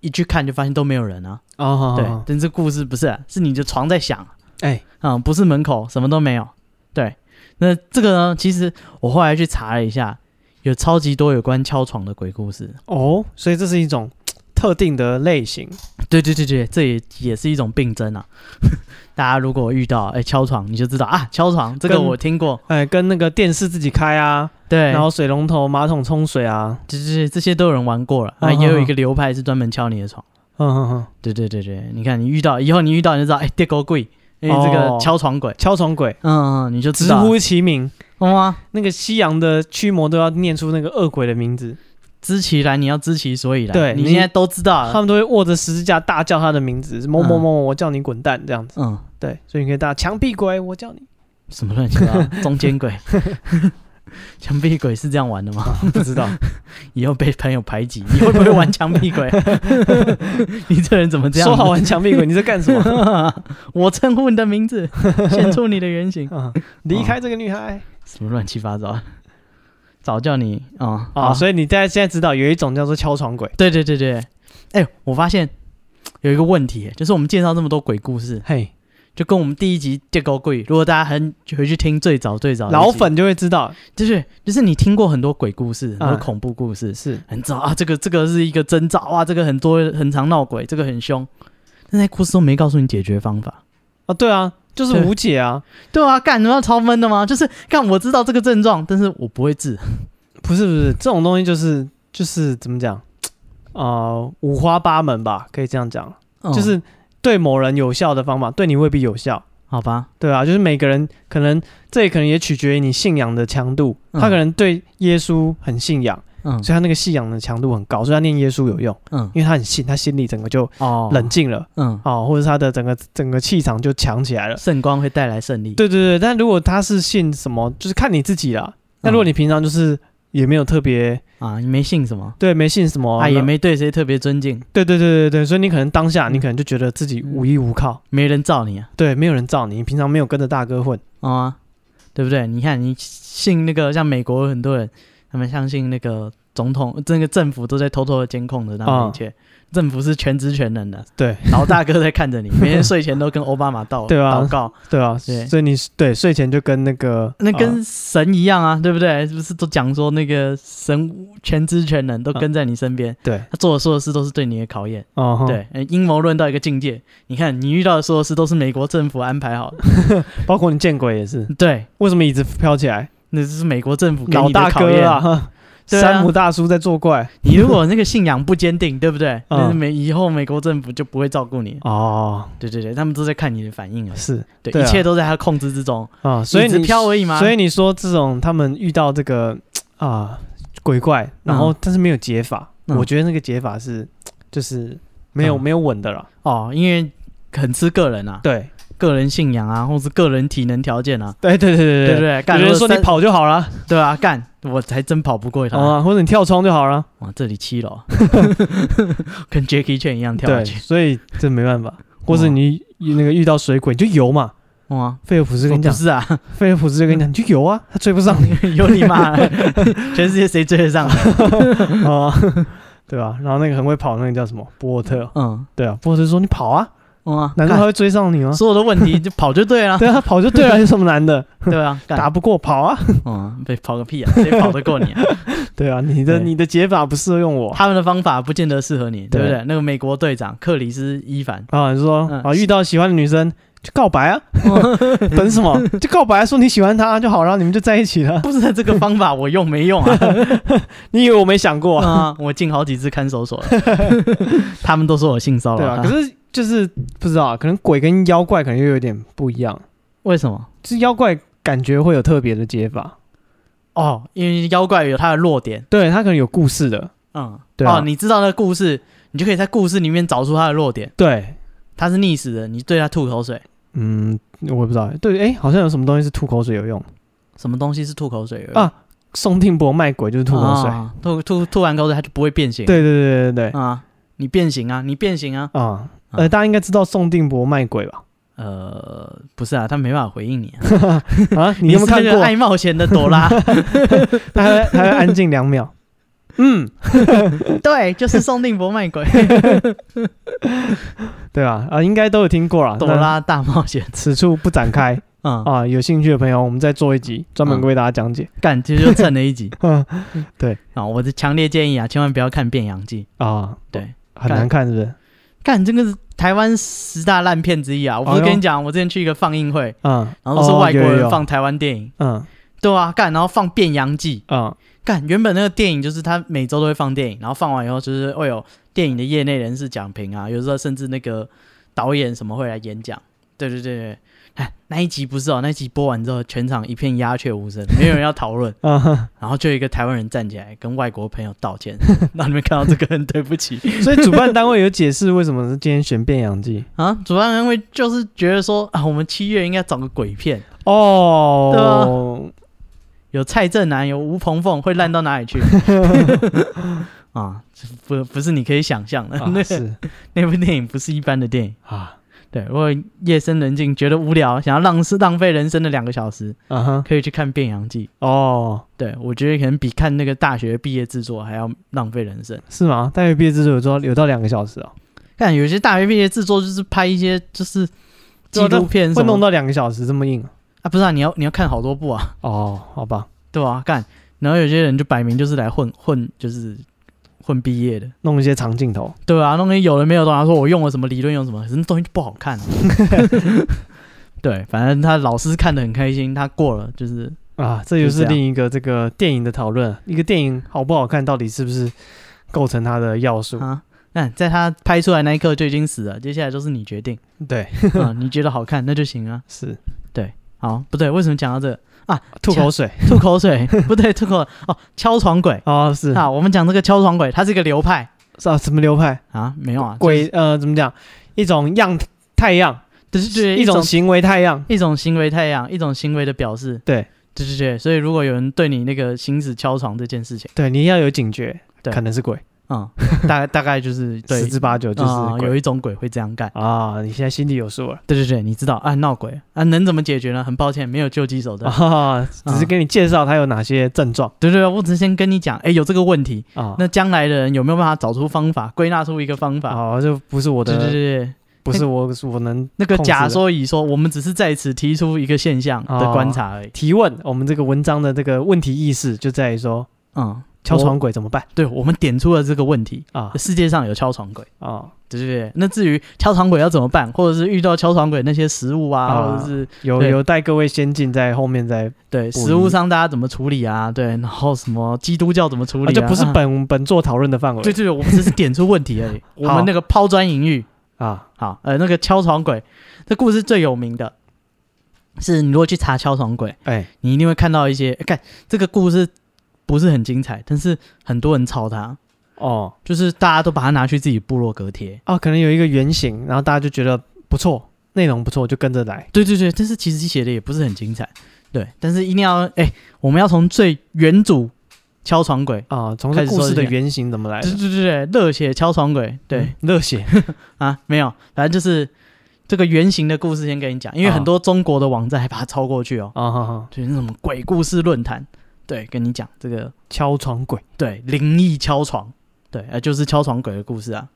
S2: 一去看就发现都没有人啊。
S1: 哦
S2: 对，但这故事不是啊、是你的床在响啊，
S1: 哎、
S2: 嗯，不是门口，什么都没有。对，那这个呢，其实我后来去查了一下，有超级多有关敲床的鬼故事。
S1: 哦，所以这是一种特定的类型。
S2: 对对对对，这也也是一种病症啊。 大家如果遇到哎、敲床，你就知道啊，敲床这个
S1: 跟
S2: 我听过。
S1: 哎，跟那个电视自己开啊，
S2: 对，
S1: 然后水龙头、马桶冲水啊，
S2: 就是这些都有人玩过了，啊，
S1: 嗯
S2: 也有
S1: 嗯
S2: 一个流派是专门敲你的床。
S1: 嗯嗯嗯，
S2: 对对对对，你看你遇到以后你遇到你就知道，哎、地沟鬼，哎、这
S1: 哦
S2: 个敲床鬼，
S1: 敲床鬼，
S2: 嗯，嗯你就知
S1: 直
S2: 道了，
S1: 呼其名。
S2: 嗯啊
S1: 那个西洋的驱魔都要念出那个恶鬼的名字
S2: 知其然，你要知其所以然。
S1: 对
S2: 你
S1: 你
S2: 现在都知道
S1: 他
S2: 了。
S1: 们都会握着十字架大叫他的名字，某某某某，我叫你滚蛋这样子。
S2: 嗯，
S1: 对，所以你可以大墙壁鬼，我叫你。
S2: 什么乱七八糟？中间鬼、 墙壁鬼是这样玩的吗？
S1: 不 知道，
S2: 以后被朋友排挤，你会不会玩墙 壁鬼？ 你这人怎么这样？
S1: 说好玩墙壁鬼，你在干什 么？
S2: 我称呼你的名字，现出你的原形。
S1: 嗯离开这个女孩
S2: 什么乱七八糟？早叫你啊
S1: 啊！所以你大家现在知道有一种叫做敲床鬼。
S2: 对对对对，哎、我发现有一个问题，就是我们介绍这么多鬼故事，
S1: 嘿，
S2: 就跟我们第一集《电狗鬼》，如果大家很回去听最早最早的一集
S1: 老，粉就会知道，
S2: 就是就是你听过很多鬼故事，很多
S1: 嗯
S2: 恐怖故事，
S1: 是
S2: 很早啊，这个这个是一个征兆啊，这个很多很常闹鬼，这个很凶，但那些故事都没告诉你解决方法。
S1: 啊，对啊，就是
S2: 对
S1: 无解啊。
S2: 对啊，干你要超闷的吗？就是干我知道这个症状，但是我不会治。
S1: 不是不是，这种东西就是就是怎么讲啊、五花八门吧，可以这样讲，
S2: 嗯
S1: 就是对某人有效的方法，对你未必有效。
S2: 好吧，
S1: 对啊，就是每个人可能这也可能也取决于你信仰的强度。
S2: 嗯
S1: 他可能对耶稣很信仰，
S2: 嗯
S1: 所以他那个信仰的强度很高，所以他念耶稣有用，
S2: 嗯
S1: 因为他很信，他心里整个就
S2: 哦
S1: 冷静了
S2: 嗯，
S1: 哦，或者是他的整个整个气场就强起来了。
S2: 圣光会带来胜利。
S1: 对对对，但如果他是信什么，就是看你自己
S2: 嗯
S1: 啦。那如果你平常就是也没有特别
S2: 啊，你没信什么？
S1: 对没信什么，
S2: 啊，也没嗯对谁特别尊敬，
S1: 对对对对对，所以你可能当下你可能就觉得自己无依无靠，
S2: 没人罩你啊，
S1: 对，没有人罩你，你平常没有跟着大哥混，
S2: 哦啊，对不对？你看，你信那个像美国有很多人，他们相信那个总统，这个政府都在偷偷的监控着他们一切，政府是全知全能的，
S1: 啊对
S2: 老大哥在看着你，每天睡前都跟奥巴马 道
S1: 对啊
S2: 祷告，
S1: 对啊，
S2: 对
S1: 所以你对睡前就跟那个
S2: 那
S1: 呃
S2: 跟神一样啊，对不对？是不是都讲说那个神全知全能都跟在你身边，
S1: 啊对
S2: 他做的所有事都是对你的考验。
S1: 哦哼，
S2: 对，呃阴谋论到一个境界，你看你遇到的所有事都是美国政府安排好的，
S1: 包括你见鬼也是，
S2: 对，
S1: 为什么椅子飘起来？
S2: 那就是美国政府给
S1: 老
S2: 你的
S1: 大
S2: 考
S1: 哥
S2: 验
S1: 啊，！哼
S2: 对啊
S1: 山姆大叔在作怪
S2: 你如果那个信仰不坚定，对不对？
S1: 嗯
S2: 那是美以后美国政府就不会照顾你。
S1: 哦，
S2: 对对对，他们都在看你的反应啊，
S1: 是
S2: 对，
S1: 对啊
S2: 一切都在他控制之中，
S1: 啊，所以
S2: 只
S1: 你
S2: 飘而已嘛。
S1: 所以你说这种他们遇到这个啊鬼怪，然后但是没有解法，
S2: 嗯
S1: 我觉得那个解法是就是没有
S2: 嗯
S1: 没有稳的了，
S2: 哦，因为很吃个人啊，
S1: 对
S2: 个人信仰啊，或是个人体能条件啊，
S1: 对对对
S2: 对
S1: 对
S2: 不
S1: 对。
S2: 对？
S1: 有
S2: 干
S1: 人说你，
S2: 如果
S1: 跑就好了，
S2: 三对啊，干，我才真跑不过他。
S1: 啊，或者你跳窗就好了。
S2: 哇，这里七楼， 跟 Jackie Chan 一样跳下
S1: 对，
S2: 去。
S1: 所以这没办法。或者你那个遇到水鬼你就游嘛，
S2: 哇，
S1: 菲尔普斯
S2: 我
S1: 跟你
S2: 不
S1: 讲，
S2: 是啊，
S1: 菲尔普斯就跟你讲，你就游啊，他追不上你。
S2: 有你妈！全世界谁追得上？
S1: 啊，对吧？然后那个很会跑那个叫什么波特，
S2: 哦嗯，
S1: 对啊，波特说你跑啊，
S2: 哇，
S1: 难道
S2: 干
S1: 他会追上你吗？
S2: 所有的问题就跑就对 了，
S1: 对啊，跑就 对了，有什么难的？
S2: 对啊，干
S1: 打不过跑啊，
S2: 嗯，被跑个屁啊，谁 跑得过 你啊？
S1: 对啊，你的
S2: 对
S1: 你的解法不适用我
S2: 他们的方法不见得适合你，对不
S1: 对
S2: 对？那个美国队长克里斯伊凡，
S1: 啊，你说
S2: 嗯哦
S1: 啊，遇到喜欢的女生就告白啊，等什 么？就告白说你喜欢她就好了，你们就在一起了。
S2: 不知道这个方法我用没用啊？
S1: 你以为我没想 过啊？
S2: 啊，我进好几次看守所了， 他们都说我性骚
S1: 对
S2: 扰
S1: 啊，，可是就是不知道啊，可能鬼跟妖怪可能又有点不一样，
S2: 为什么？
S1: 就是妖怪感觉会有特别的解法，
S2: 哦，因为妖怪有它的弱点，
S1: 对他可能有故事的，
S2: 嗯，
S1: 对啊
S2: 哦，你知道那个故事，你就可以在故事里面找出它的弱点。
S1: 对，
S2: 他是溺死的，你对他吐口水，
S1: 嗯，我也不知道。对，哎、好像有什么东西是吐口水有用。
S2: 什么东西是吐口水而已
S1: 啊宋定伯卖鬼就是吐口水。
S2: 啊吐吐吐完口水它就不会变形。
S1: 对对对对对对。
S2: 啊，你变形啊，你变形啊，
S1: 啊、呃，大家应该知道宋定伯卖鬼吧？
S2: 呃，不是啊，他没办法回应你、啊。
S1: 啊，你有没有
S2: 是
S1: 看
S2: 那个
S1: 过？
S2: 爱冒险的朵拉？
S1: 他会他会安静两秒。嗯，
S2: 对，就是宋定伯卖 鬼，
S1: 对吧？啊，应该都有听过啦。
S2: 朵
S1: 那
S2: 拉大冒险。
S1: 此处不展 开
S2: 嗯，
S1: 啊，有兴趣的朋友，我们再做一集专门
S2: 嗯
S1: 为大家讲解。
S2: 干，这就蹭了一 集
S1: 嗯，
S2: 啊！我的强烈建议啊，千万不要看《变阳记
S1: 啊，
S2: 对，
S1: 很难看是不是？》。
S2: 干，这个是台湾十大烂片之一啊！我不
S1: 哎
S2: 是
S1: 呦
S2: 跟你讲，我之前去一个放映会，
S1: 嗯，
S2: 然后都是
S1: 哦
S2: 外国
S1: 有有
S2: 人
S1: 有
S2: 放台湾电影，
S1: 嗯
S2: 对啊，干，然后放《变阳记》，
S1: 嗯，
S2: 干，原本那个电影就是他每周都会放电影，然后放完以后就是会有电影的业内人士讲评啊，有时候甚至那个导演什么会来演讲，对对对对，哎，那一集不是哦，那一集播完之后，全场一片鸦雀无声，没有人要讨论
S1: 啊 哈，
S2: 然后就有一个台湾人站起来跟外国朋友道歉，让你们看到这个很对不起
S1: 所以主办单位有解释为什么是今天选变阳季
S2: 啊。主办单位就是觉得说啊，我们七月应该找个鬼片，
S1: 哦，
S2: 有蔡正南，有吴鹏凤，会烂到哪里去？ 啊，不不是你可以想象 的，那
S1: 啊是
S2: 那部电影不是一般的电影。
S1: 啊
S2: 对我夜深人静觉得无聊，想要浪是浪费人生的两个小时，
S1: 啊哈
S2: 可以去看《变阳记》。
S1: 哦，
S2: 对我觉得可能比看那个大学毕业制作还要浪费人生。
S1: 是吗？大学毕业制作有到有到两个小时哦，
S2: 看有些大学毕业制作就是拍一些就是纪录片
S1: 啊会
S2: 什
S1: 弄
S2: 么的
S1: 到两个小时这么硬
S2: 啊，不是啊，你要你要看好多部啊，
S1: 哦？好吧，
S2: 对啊，干，然后有些人就摆明就是来混混，就是混毕业的，
S1: 弄一些长镜头，
S2: 对啊，弄些有的没有的，他说我用了什么理论，用什么，可是那东西就不好看、啊。 对，反正他老师看得很开心，他过了就是
S1: 啊，这
S2: 就
S1: 就
S2: 这
S1: 是
S2: 样
S1: 另一个这个电影的讨论。一个电影好不好看，到底是不是构成它的要素？
S2: 啊，那在他拍出来那一刻就已经死了，接下来就是你 决定
S1: 对，
S2: 啊，你觉得好看那就行啊。
S1: 是
S2: 好，不对，为什么讲到这个
S1: 吐口水
S2: 吐口水？ 不对，吐口哦，敲床鬼
S1: 哦，是
S2: 啊，我们讲这个敲床鬼，它是一个流派
S1: 是啊，什么流派？
S2: 啊，没有啊，
S1: 鬼呃，怎么讲？一种样太阳，
S2: 就是，对对对，
S1: 一
S2: 一种
S1: 种行为太阳。
S2: 一种行为太阳，一种行为的表示，
S1: 对。
S2: 对对对，所以如果有人对你那个行使敲床这件事情，
S1: 对，你要有警觉，
S2: 对
S1: 可能是鬼，
S2: 嗯， 大大概就是 对
S1: 十之八九就是
S2: 啊有
S1: 鬼
S2: 一种鬼会这样干，
S1: 啊。你现在心里有数了
S2: 对对对，你知道啊，闹鬼啊，能怎么解决呢？很抱歉，没有救济手段，
S1: 啊， 只是给你介绍它有哪些症状
S2: 对对对，我只是先跟你讲，哎，有这个问题，
S1: 啊。
S2: 那将来的人有没有办法找出方法，归纳出一个方法？
S1: 哦，就不是我
S2: 对对
S1: 的，
S2: 对，对
S1: 不是我我能
S2: 那个
S1: 控制
S2: 甲
S1: 的
S2: 说乙说，我们只是在此提出一个现象的观察而已。
S1: 提问。我们这个文章的这个问题意识就在于说，
S2: 嗯，
S1: 啊敲床鬼怎么办
S2: 对，我们点出了这个问题，
S1: 啊？
S2: 世界上有敲床鬼，
S1: 啊，
S2: 对对对。那至于敲床鬼要怎么办，或者是遇到敲床鬼那些食物啊，
S1: 啊
S2: 或者是
S1: 有
S2: 对
S1: 有带各位先进在后面再，
S2: 对
S1: 不一
S2: 食物上大家怎么处理啊？对，然后什么基督教怎么处
S1: 啊
S2: 理、啊？
S1: 这不是
S2: 啊
S1: 本本座讨论的范围。
S2: 对对对，我们只是点出问题而已。我
S1: 好
S2: 们那个抛砖引玉，
S1: 啊，
S2: 好，呃，那个敲床鬼，这故事最有名的是，你如果去查敲床鬼，
S1: 哎，
S2: 你一定会看到一些。看这个故事不是很精彩，但是很多人抄它，
S1: 哦，
S2: 就是大家都把它拿去自己部落格贴。
S1: 啊，可能有一个原型，然后大家就觉得不错，内容不错，就跟着来。
S2: 对对对，但是其实写的也不是很精彩，对。但是一定要，哎、我们要从最原主敲床鬼，
S1: 啊，从
S2: 开
S1: 这
S2: 始
S1: 故
S2: 说
S1: 事
S2: 是
S1: 的
S2: 这样
S1: 原型怎么来的
S2: 对？对对对，热血敲床鬼，对、
S1: 嗯，热血
S2: 啊，没有，反正就是这个原型的故事先跟你讲，因为
S1: 啊
S2: 很多中国的网站还把它抄过去哦。
S1: 啊，哈哈，
S2: 就是那什么鬼故事论坛，对，跟你讲这个
S1: 敲床鬼
S2: 对灵异敲床，对，呃，就是敲床鬼的故事啊。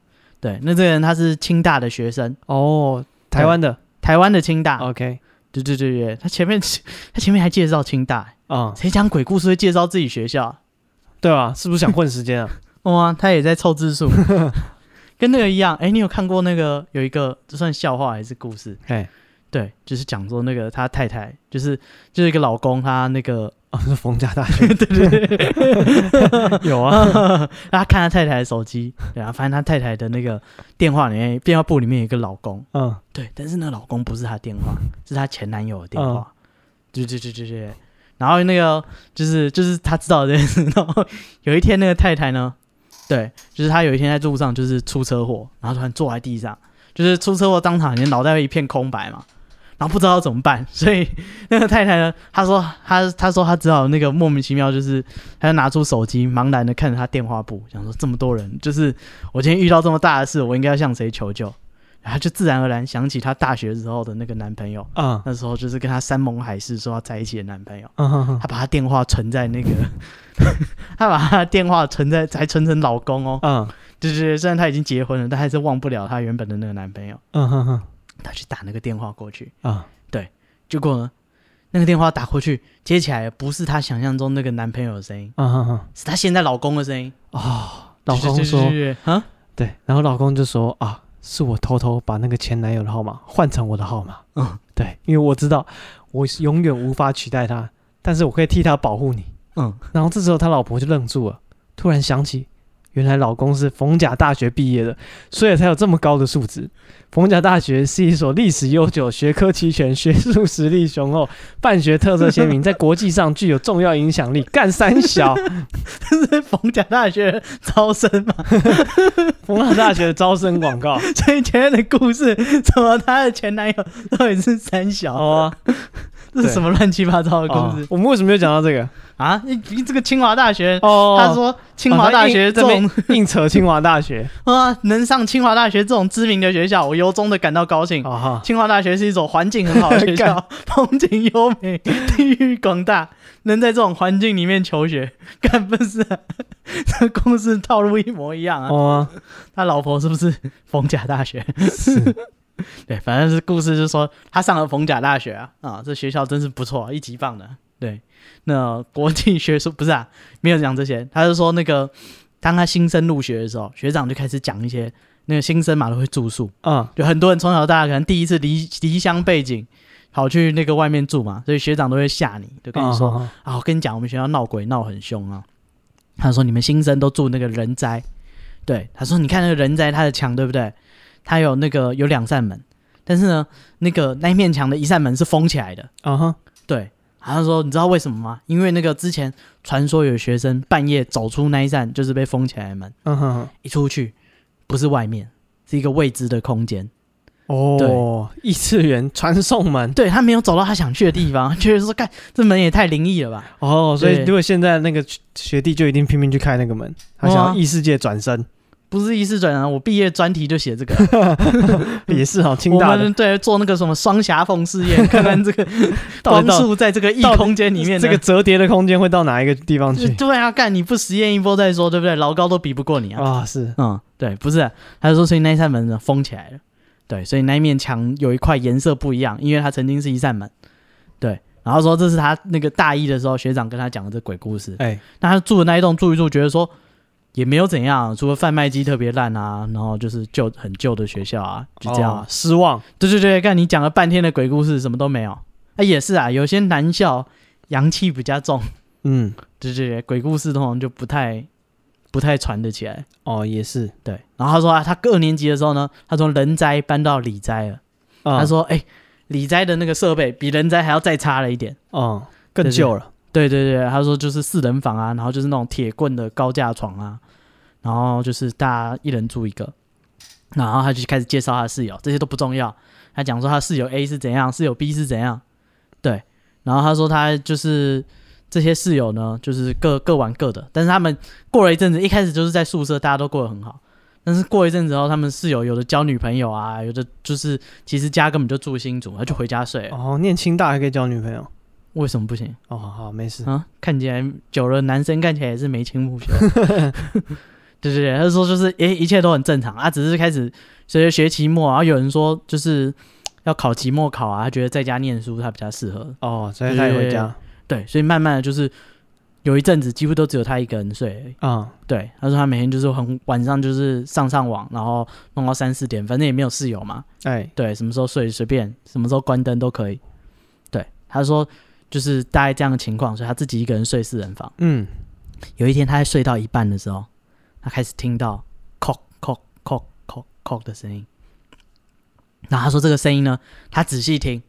S2: 对，那这个人他是清大的学生，
S1: 哦，台湾的
S2: 台湾的清大，
S1: ，OK
S2: 对对对对，他前面 他前面还介绍清大，
S1: 啊，
S2: 谁讲鬼故事会介绍自己学校啊？
S1: 对吧？是不是想混时间 啊？
S2: 哇、他也在凑字数，跟那个一样。哎，你有看过那个有一个这算笑话还是故事？
S1: 哎，
S2: 对，就是讲说那个他太太，就是就是一个老公，他那个
S1: 啊，是冯家大学
S2: 对对 对。
S1: 有啊，
S2: 啊， 他看他太太的手机，对啊，发现他太太的那个电话里面，电话簿里面有一个老公，
S1: 嗯，
S2: 对，但是那老公不是他电话，是他前男友的电话，对对对对对。然后那个就是就是他知道这件事， 然后有一天那个太太呢，对，就是他有一天在路上就是出车祸，然后突然坐在地上，就是出车祸当场，你的脑袋一片空白嘛，然后不知道怎么办，所以那个太太呢，她说她她说她只好那个莫名其妙，就是她就拿出手机，茫然的看着她电话簿，想说这么多人，就是我今天遇到这么大的事，我应该要向谁求救？然后就自然而然想起她大学时候的那个男朋友，
S1: 啊，
S2: 那时候就是跟她山盟海誓说要在一起的男朋友，
S1: 嗯哼哼
S2: 她把她电话存在那个，她把她电话存在还存成老公哦，
S1: 嗯
S2: 对对对，虽然她已经结婚了，但还是忘不了她原本的那个男朋友，
S1: 嗯哼哼
S2: 她去打那个电话过去。
S1: 啊，
S2: 结果呢，那个电话打过去，接起来不是她想象中那个男朋友的声音，
S1: 嗯哼哼，
S2: 是她现在老公的声音。
S1: 哦，老公说
S2: 对，对对对啊，
S1: 对，然后老公就说啊，是我偷偷把那个前男友的号码换成我的号码。
S2: 嗯，
S1: 对，因为我知道我是永远无法取代他，但是我可以替他保护你。
S2: 嗯，
S1: 然后这时候他老婆就愣住了，突然想起，原来老公是逢甲大学毕业的，所以才有这么高的素质。逢甲大学是一所历史悠久、学科齐全、学术实力雄厚、办学特色鲜明，在国际上具有重要影响力。干三小，
S2: 这是逢甲大学招生嘛？
S1: 逢甲大学的招生广 告。
S2: 所以前面的故事，怎么她的前男友到底是三小？
S1: 哦
S2: 这是
S1: 对
S2: 什么乱七八糟的
S1: 啊，
S2: 故事、
S1: 我们为什么又讲到这个？
S2: 啊？你你这个清华大学，
S1: 哦，
S2: 他说清华大学这种
S1: 啊他硬硬扯清华大 学，
S2: 啊，能上清华大学这种知名的学校，我由衷的感到高兴。
S1: 啊哈，
S2: 清华大学是一所环境很好的 学校，风景优美，地域广大，能在这种环境里面求学，干不是、 啊？这公式套路一模一样啊！
S1: 哦，
S2: 他老婆是不是逢甲大学？
S1: 是
S2: 对，反正是故事就是说他上了逢甲大学啊，啊，这学校真是不错，啊一级棒的。对，那国际学术不是啊，没有讲这些，他是说那个当他新生入学的时候，学长就开始讲一些那个新生嘛都会住宿，
S1: 啊，
S2: 就很多人从小到大可能第一次离离乡背景。跑去那个外面住嘛，所以学长都会吓你，就跟你说、
S1: 啊，啊
S2: 啊，我跟你讲，我们学校闹鬼闹很凶啊。他说你们新生都住那个人宅，对，他说你看那个人宅它的墙对不对？它有那个有两扇门，但是呢，那个那一面墙的一扇门是封起来的，
S1: 啊哈，
S2: 对。他说你知道为什么吗？因为那个之前传说有学生半夜走出那一扇就是被封起来的门，
S1: 嗯哼哼，
S2: 一出去不是外面，是一个未知的空间。
S1: 哦，异次元传送门，
S2: 对他没有走到他想去的地方， 觉得说干这门也太灵异了吧。
S1: 哦，所以
S2: 对
S1: 如果现在那个学学弟就一定拼命去开那个门，他想
S2: 哇
S1: 要异世界转身，
S2: 不是一次转啊，我毕业专题就写这个。
S1: 也是好清大
S2: 嗯我
S1: 的
S2: 们对做那个什么双狭缝试 验，看看这个
S1: 到
S2: 光
S1: 底到
S2: 速在这 个异
S1: 到底
S2: 空间里面呢
S1: 这个折叠的空间会到哪一个地方去
S2: 对啊，干你不实验一波再说，对不对？老高都比不过你啊。
S1: 啊？是
S2: 嗯，对，不是、他就说，所以那一扇门呢封起来了，嗯对，啊所以那一面墙有一块颜色不一样，因为它曾经是一扇门，对。然后说这是他那个大一的时候学长跟他讲的这鬼故事，
S1: 哎
S2: 那他住的那一栋住一住，觉得说也没有怎样，除了贩卖机特别烂啊，然后就是旧很旧的学校啊，就这样啊
S1: 哦，失望
S2: 对对对，看你讲了半天的鬼故事，什么都没有。啊，也是啊，有些男校阳气比较重，
S1: 嗯
S2: 对对对，鬼故事通常就不太不太传得起来。
S1: 哦也是
S2: 对，然后他说啊，他二年级的时候呢，他从人斋搬到理斋了。
S1: 啊
S2: 他说，哎、理斋的那个设备比人斋还要再差了一点。
S1: 嗯更旧了
S2: 对对对，他说就是四人房啊，然后就是那种铁棍的高架床啊，然后就是大家一人住一个，然后他就开始介绍他的室友，这些都不重要。他讲说他室友 A 是怎样，室友 B 是怎样，对。然后他说他就是这些室友呢，就是各各玩各的，但是他们过了一阵子，一开始就是在宿舍，大家都过得很好。但是过一阵子后，他们室友有的交女朋友啊，有的就是其实家根本就住新竹，他就回家睡了。
S1: 哦，念清大还可以交女朋友
S2: 为什么不行？
S1: 哦，好没事
S2: 啊，看起来久了，男生看起来也是眉清目秀。 对对对，他说就是，诶、一切都很正常啊，只是开始随着学期末，然后有人说就是要考期末考啊，他觉得在家念书他比较适合，
S1: 哦，所以他也回家
S2: 对，所以慢慢的就是有一阵子几乎都只有他一个人睡而已。
S1: 啊
S2: 对，他说他每天就是很晚上就是上上网，然后弄到三四点，反正也没有室友嘛，
S1: 哎
S2: 对，什么时候睡随便，什么时候关灯都可以。对，他说就是大概这样的情况，所以他自己一个人睡四人房。
S1: 嗯
S2: 有一天，他在睡到一半的时候，他开始听到 “cock cock cock cock cock” 的声音。然后他说这个声音呢，他仔细听，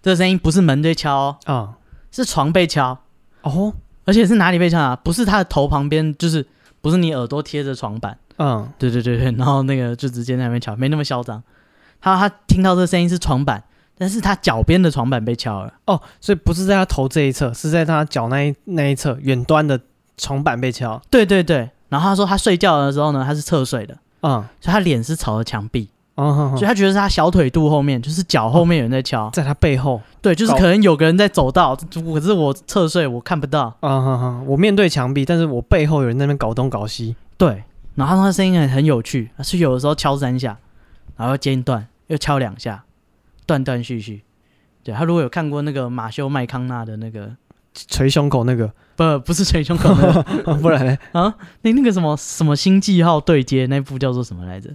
S2: 这个声音不是门被敲、哦，
S1: 啊
S2: 是床被敲，
S1: 哦
S2: 而且是哪里被敲啊？不是他的头旁边，就是不是你耳朵贴着床板。
S1: 嗯
S2: 对对对对，然后那个就直接在那边敲，没那么嚣张。他他听到这个声音是床板，但是他脚边的床板被敲了。
S1: 哦，所以不是在他头这一侧，是在他脚那一那一侧远端的床板被敲
S2: 对对对，然后他说他睡觉的时候呢，他是侧睡的，
S1: 啊
S2: 所以他脸是朝着墙壁。
S1: 哦哼
S2: 所以
S1: 哼，
S2: 他觉得是他小腿肚后面，就是脚后面有人在敲。
S1: 在他背后
S2: 对，就是可能有个人在走道，可是我侧睡我看不到。
S1: 啊哈哈，我面对墙壁，但是我背后有人在那边搞东搞西，
S2: 对，然后他说他声音很很有趣，他是有的时候敲三下，然后间断又敲两下，断断续续。对他如果有看过那个马修麦康纳的那个，
S1: 捶胸口那个，
S2: 不不是捶胸口那个
S1: 不然嘞
S2: 啊，那那个什么什么星际号对接那部叫做什么来着？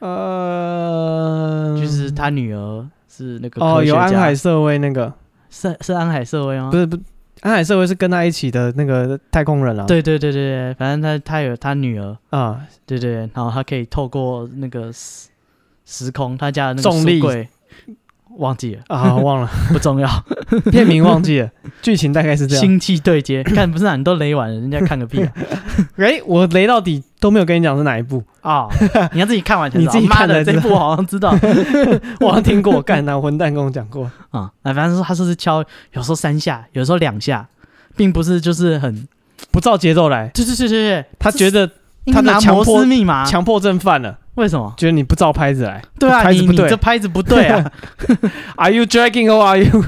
S1: 呃，
S2: 就是他女儿是那个
S1: 哦，
S2: 科学
S1: 有安
S2: 家啊
S1: 海瑟薇那个，
S2: 是是安海瑟薇吗
S1: 不？是不，安海社会是跟他一起的那个太空人啊。
S2: 对对对对对，反正他他有他女儿，
S1: 啊，
S2: 对对，对然后他可以透过那个时时空，他家的那个
S1: 重
S2: 书
S1: 力
S2: 柜，忘记了
S1: 啊，忘了
S2: 不重要，
S1: 片名忘记了，剧情大概是这样。
S2: 星际对接， 看不是啊，你都雷完了，人家看 个屁啊！
S1: 哎，我雷到底都没有跟你讲是哪一部，
S2: 哦你要自己看完才知道，
S1: 啊你自己看
S2: 妈的
S1: 才知
S2: 这
S1: 道
S2: 部我好像知道
S1: 我好像听过，干那混蛋跟我讲过。
S2: 啊，那反正说他说是敲，有时候三下，有时候两下，并不是就是很，
S1: 不照节奏来，
S2: 对对对对对，
S1: 他觉得
S2: 应该
S1: 他的
S2: 拿
S1: 强
S2: 摩
S1: 迫
S2: 斯密码，
S1: 强迫症犯了，
S2: 为什么？
S1: 觉得你不照拍子来。
S2: 啊对啊，
S1: 拍子
S2: 你
S1: 不
S2: 你
S1: 对
S2: 这拍子不对 啊，
S1: Are you dragging or are you？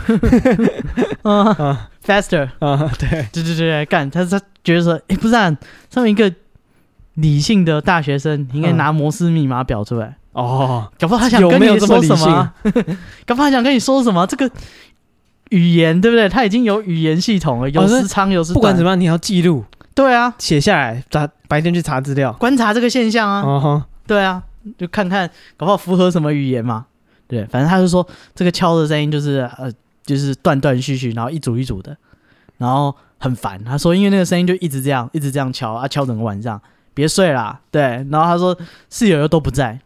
S2: 嗯
S1: 啊
S2: ，faster，
S1: 啊，对，
S2: 对对对对，干，他他觉得说，哎，不是啊，身为一个理性的大学生，应该
S1: 嗯
S2: 拿摩斯密码表出来，
S1: 哦，
S2: 搞不好他想
S1: 有
S2: 跟
S1: 没有
S2: 你
S1: 这么
S2: 说
S1: 理
S2: 什么
S1: 性
S2: 啊，搞不好他想跟你说什么，这个语言对不对？他已经有语言系统了，有
S1: 哦那
S2: 时长有时
S1: 不管怎
S2: 么，
S1: 么样，你要记录
S2: 对啊，
S1: 写下来，查白天去查资料。
S2: 观察这个现象啊，
S1: 哦哈，
S2: 对啊，就看看搞不好符合什么语言嘛。对，反正他就说这个敲的声音就是呃，就是断断续续，然后一组一组的，然后很烦。他说因为那个声音就一直这样，一直这样敲啊，敲整个晚上，别睡啦。对，然后他说室友又都不在，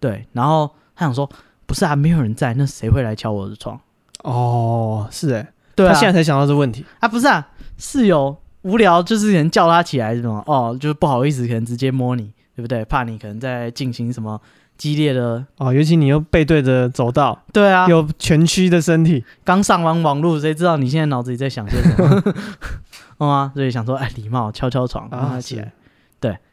S2: 对，然后他想说不是啊，没有人在，那谁会来敲我的床？
S1: 哦，是哎，
S2: 对啊，
S1: 他现在才想到这问题。
S2: 啊，不是啊，室友无聊就是人叫他起来什么哦，就是不好意思，可能直接摸你，对不对？怕你可能在进行什么激烈的，
S1: 哦，尤其你又背对着走道，
S2: 对啊，
S1: 有蜷曲的身体，
S2: 刚上完网络，谁知道你现在脑子里在想些什么？ 嗯啊，所以想说，哎，礼貌敲敲床，让他
S1: 啊，
S2: 起
S1: 是
S2: 来
S1: 哎。，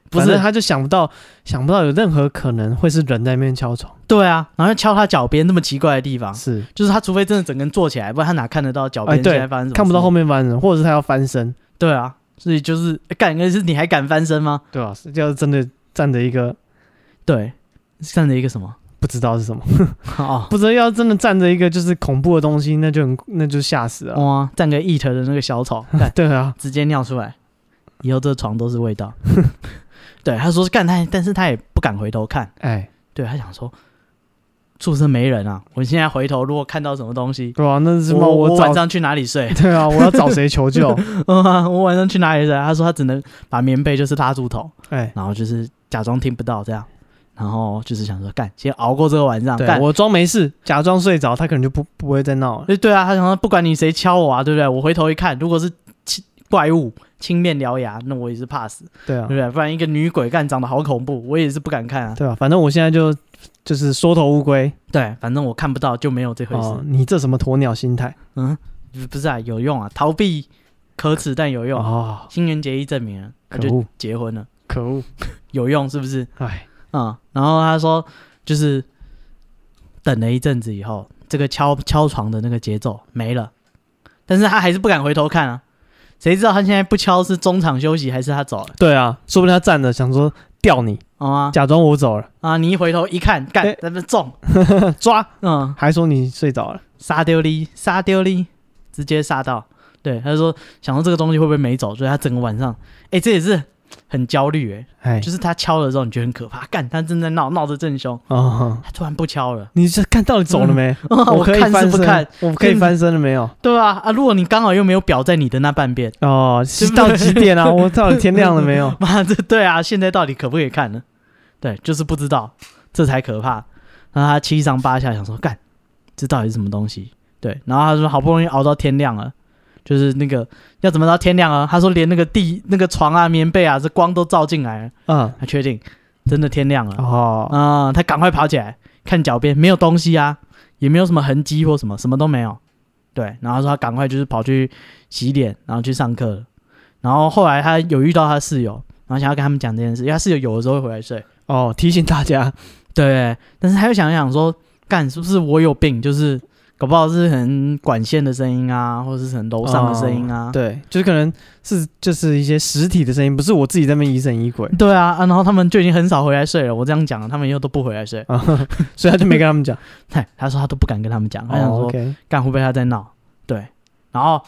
S2: 不
S1: 不
S2: 是
S1: 是，，他就想不到，想不到有任何可能会是人在那边敲床。
S2: 对啊，然后敲他脚边那么奇怪的地方，
S1: 啊是，
S2: 就是他除非真的整个人坐起来，不然他哪看得到脚边
S1: 哎对
S2: 现在发生什么？
S1: 看不到后
S2: 面。
S1: 面翻人，或者是他要翻身，
S2: 对啊，所以就是哎干，那是你还敢翻身吗？
S1: 对啊吧？要真的站着一个
S2: 对，站着一个 什么？
S1: 不知道是什么。
S2: 哦，
S1: 不是要真的站着一个就是恐怖的东西，那就很那就吓死了。
S2: 哇，站个 eat 的那个小丑，干
S1: 对啊，
S2: 直接尿出来，以后这床都是味 道。对，他说是干他，但是他也不敢回头看。
S1: 哎，
S2: 对他想说，宿舍没人啊，我现在回头如果看到什么 东西，
S1: 对啊，那是什么？
S2: 我我晚
S1: 找
S2: 上去哪里睡？ 嗯啊
S1: 对啊，我要找谁求 救？
S2: 我晚上去哪里睡？他说他只能把棉被就是拉住头，
S1: 哎，
S2: 然后就是假装听不到这样，然后就是想说干，先熬过这个晚上。
S1: 对
S2: 干，
S1: 我装没事，假装睡着，他可能就不不会再闹了。
S2: 对对啊，他想说不管你谁敲我啊，对不对？我回头一看，如果是青怪物青面獠牙，那我也是怕死，
S1: 对
S2: 对
S1: 啊
S2: 不，对？不然一个女鬼干长得好恐怖，我也是不敢看啊。
S1: 对啊，反正我现在就就是缩头乌龟
S2: 对，反正我看不到就没有这回事
S1: 哦。。你这什么鸵鸟心态？
S2: 嗯，不是啊，有用啊，逃避可耻但有用。啊
S1: 哦，
S2: 新垣结衣证明了，他
S1: 可
S2: 就
S1: 恶，
S2: 结婚了，
S1: 可恶！
S2: 有用是不是？
S1: 哎，
S2: 啊、然后他说就是等了一阵子以后，这个敲敲床的那个节奏没了，但是他还是不敢回头看啊。谁知道他现在不敲是中场休息还是他走了？
S1: 对啊，说不定他站着想说吊你，
S2: 哦啊
S1: 假装我走了，
S2: 啊！你一回头一看，干
S1: 哎
S2: 在那中，
S1: 抓，
S2: 嗯，
S1: 还说你睡着了。
S2: 杀丢哩，杀丢哩，直接杀到。对，他就说想说这个东西会不会没走，所以他整个晚上，哎，这也是很焦虑哎、
S1: 哎，
S2: 就是他敲了之后你觉得很可怕，干他正在闹，闹得正凶，
S1: 哦，
S2: 他突然不敲 了，
S1: 你这看到底走了没？
S2: 嗯 我
S1: 可以
S2: 看是
S1: 翻
S2: 不
S1: 身，
S2: 看，
S1: 我可以翻身了没有？
S2: 对啊啊！如果你刚好又没有表在你的那半边，
S1: 哦，
S2: 对
S1: 是
S2: 不对？
S1: 到几点啊？我到底天亮了没有
S2: 妈这对啊，现在到底可不可以看呢？对，就是不知道，这才可怕。然后他七上八下想说，干，这到底是什么东西？对，然后他说好不容易熬到天亮了，就是那个要怎么到天亮啊？他说连那个地、那个床啊、棉被啊，这光都照进来了。
S1: 嗯，
S2: 他确定真的天亮了啊、
S1: 哦，
S2: 他赶快跑起来看脚边，没有东西啊，也没有什么痕迹或什么，什么都没有。对，然后他说他赶快就是跑去洗脸，然后去上课了。然后后来他有遇到他室友，然后想要跟他们讲这件事，因为他室友有的时候会回来睡。
S1: 哦，提醒大家，
S2: 对，但是他又想一想说，干是不是我有病？就是搞不好是很管线的声音啊，或者是很楼上的声音啊。
S1: 哦对，就是可能是就是一些实体的声音，不是我自己在那边疑神疑 鬼，
S2: 对啊啊，然后他们就已经很少回来睡了。我这样讲，他们以后都不回来睡。
S1: 啊， 所以他就没跟他们讲。
S2: 嗨，他说他都不敢跟他们讲， 他想
S1: 哦
S2: 说
S1: ，OK，
S2: 干会不会他在闹？对，然后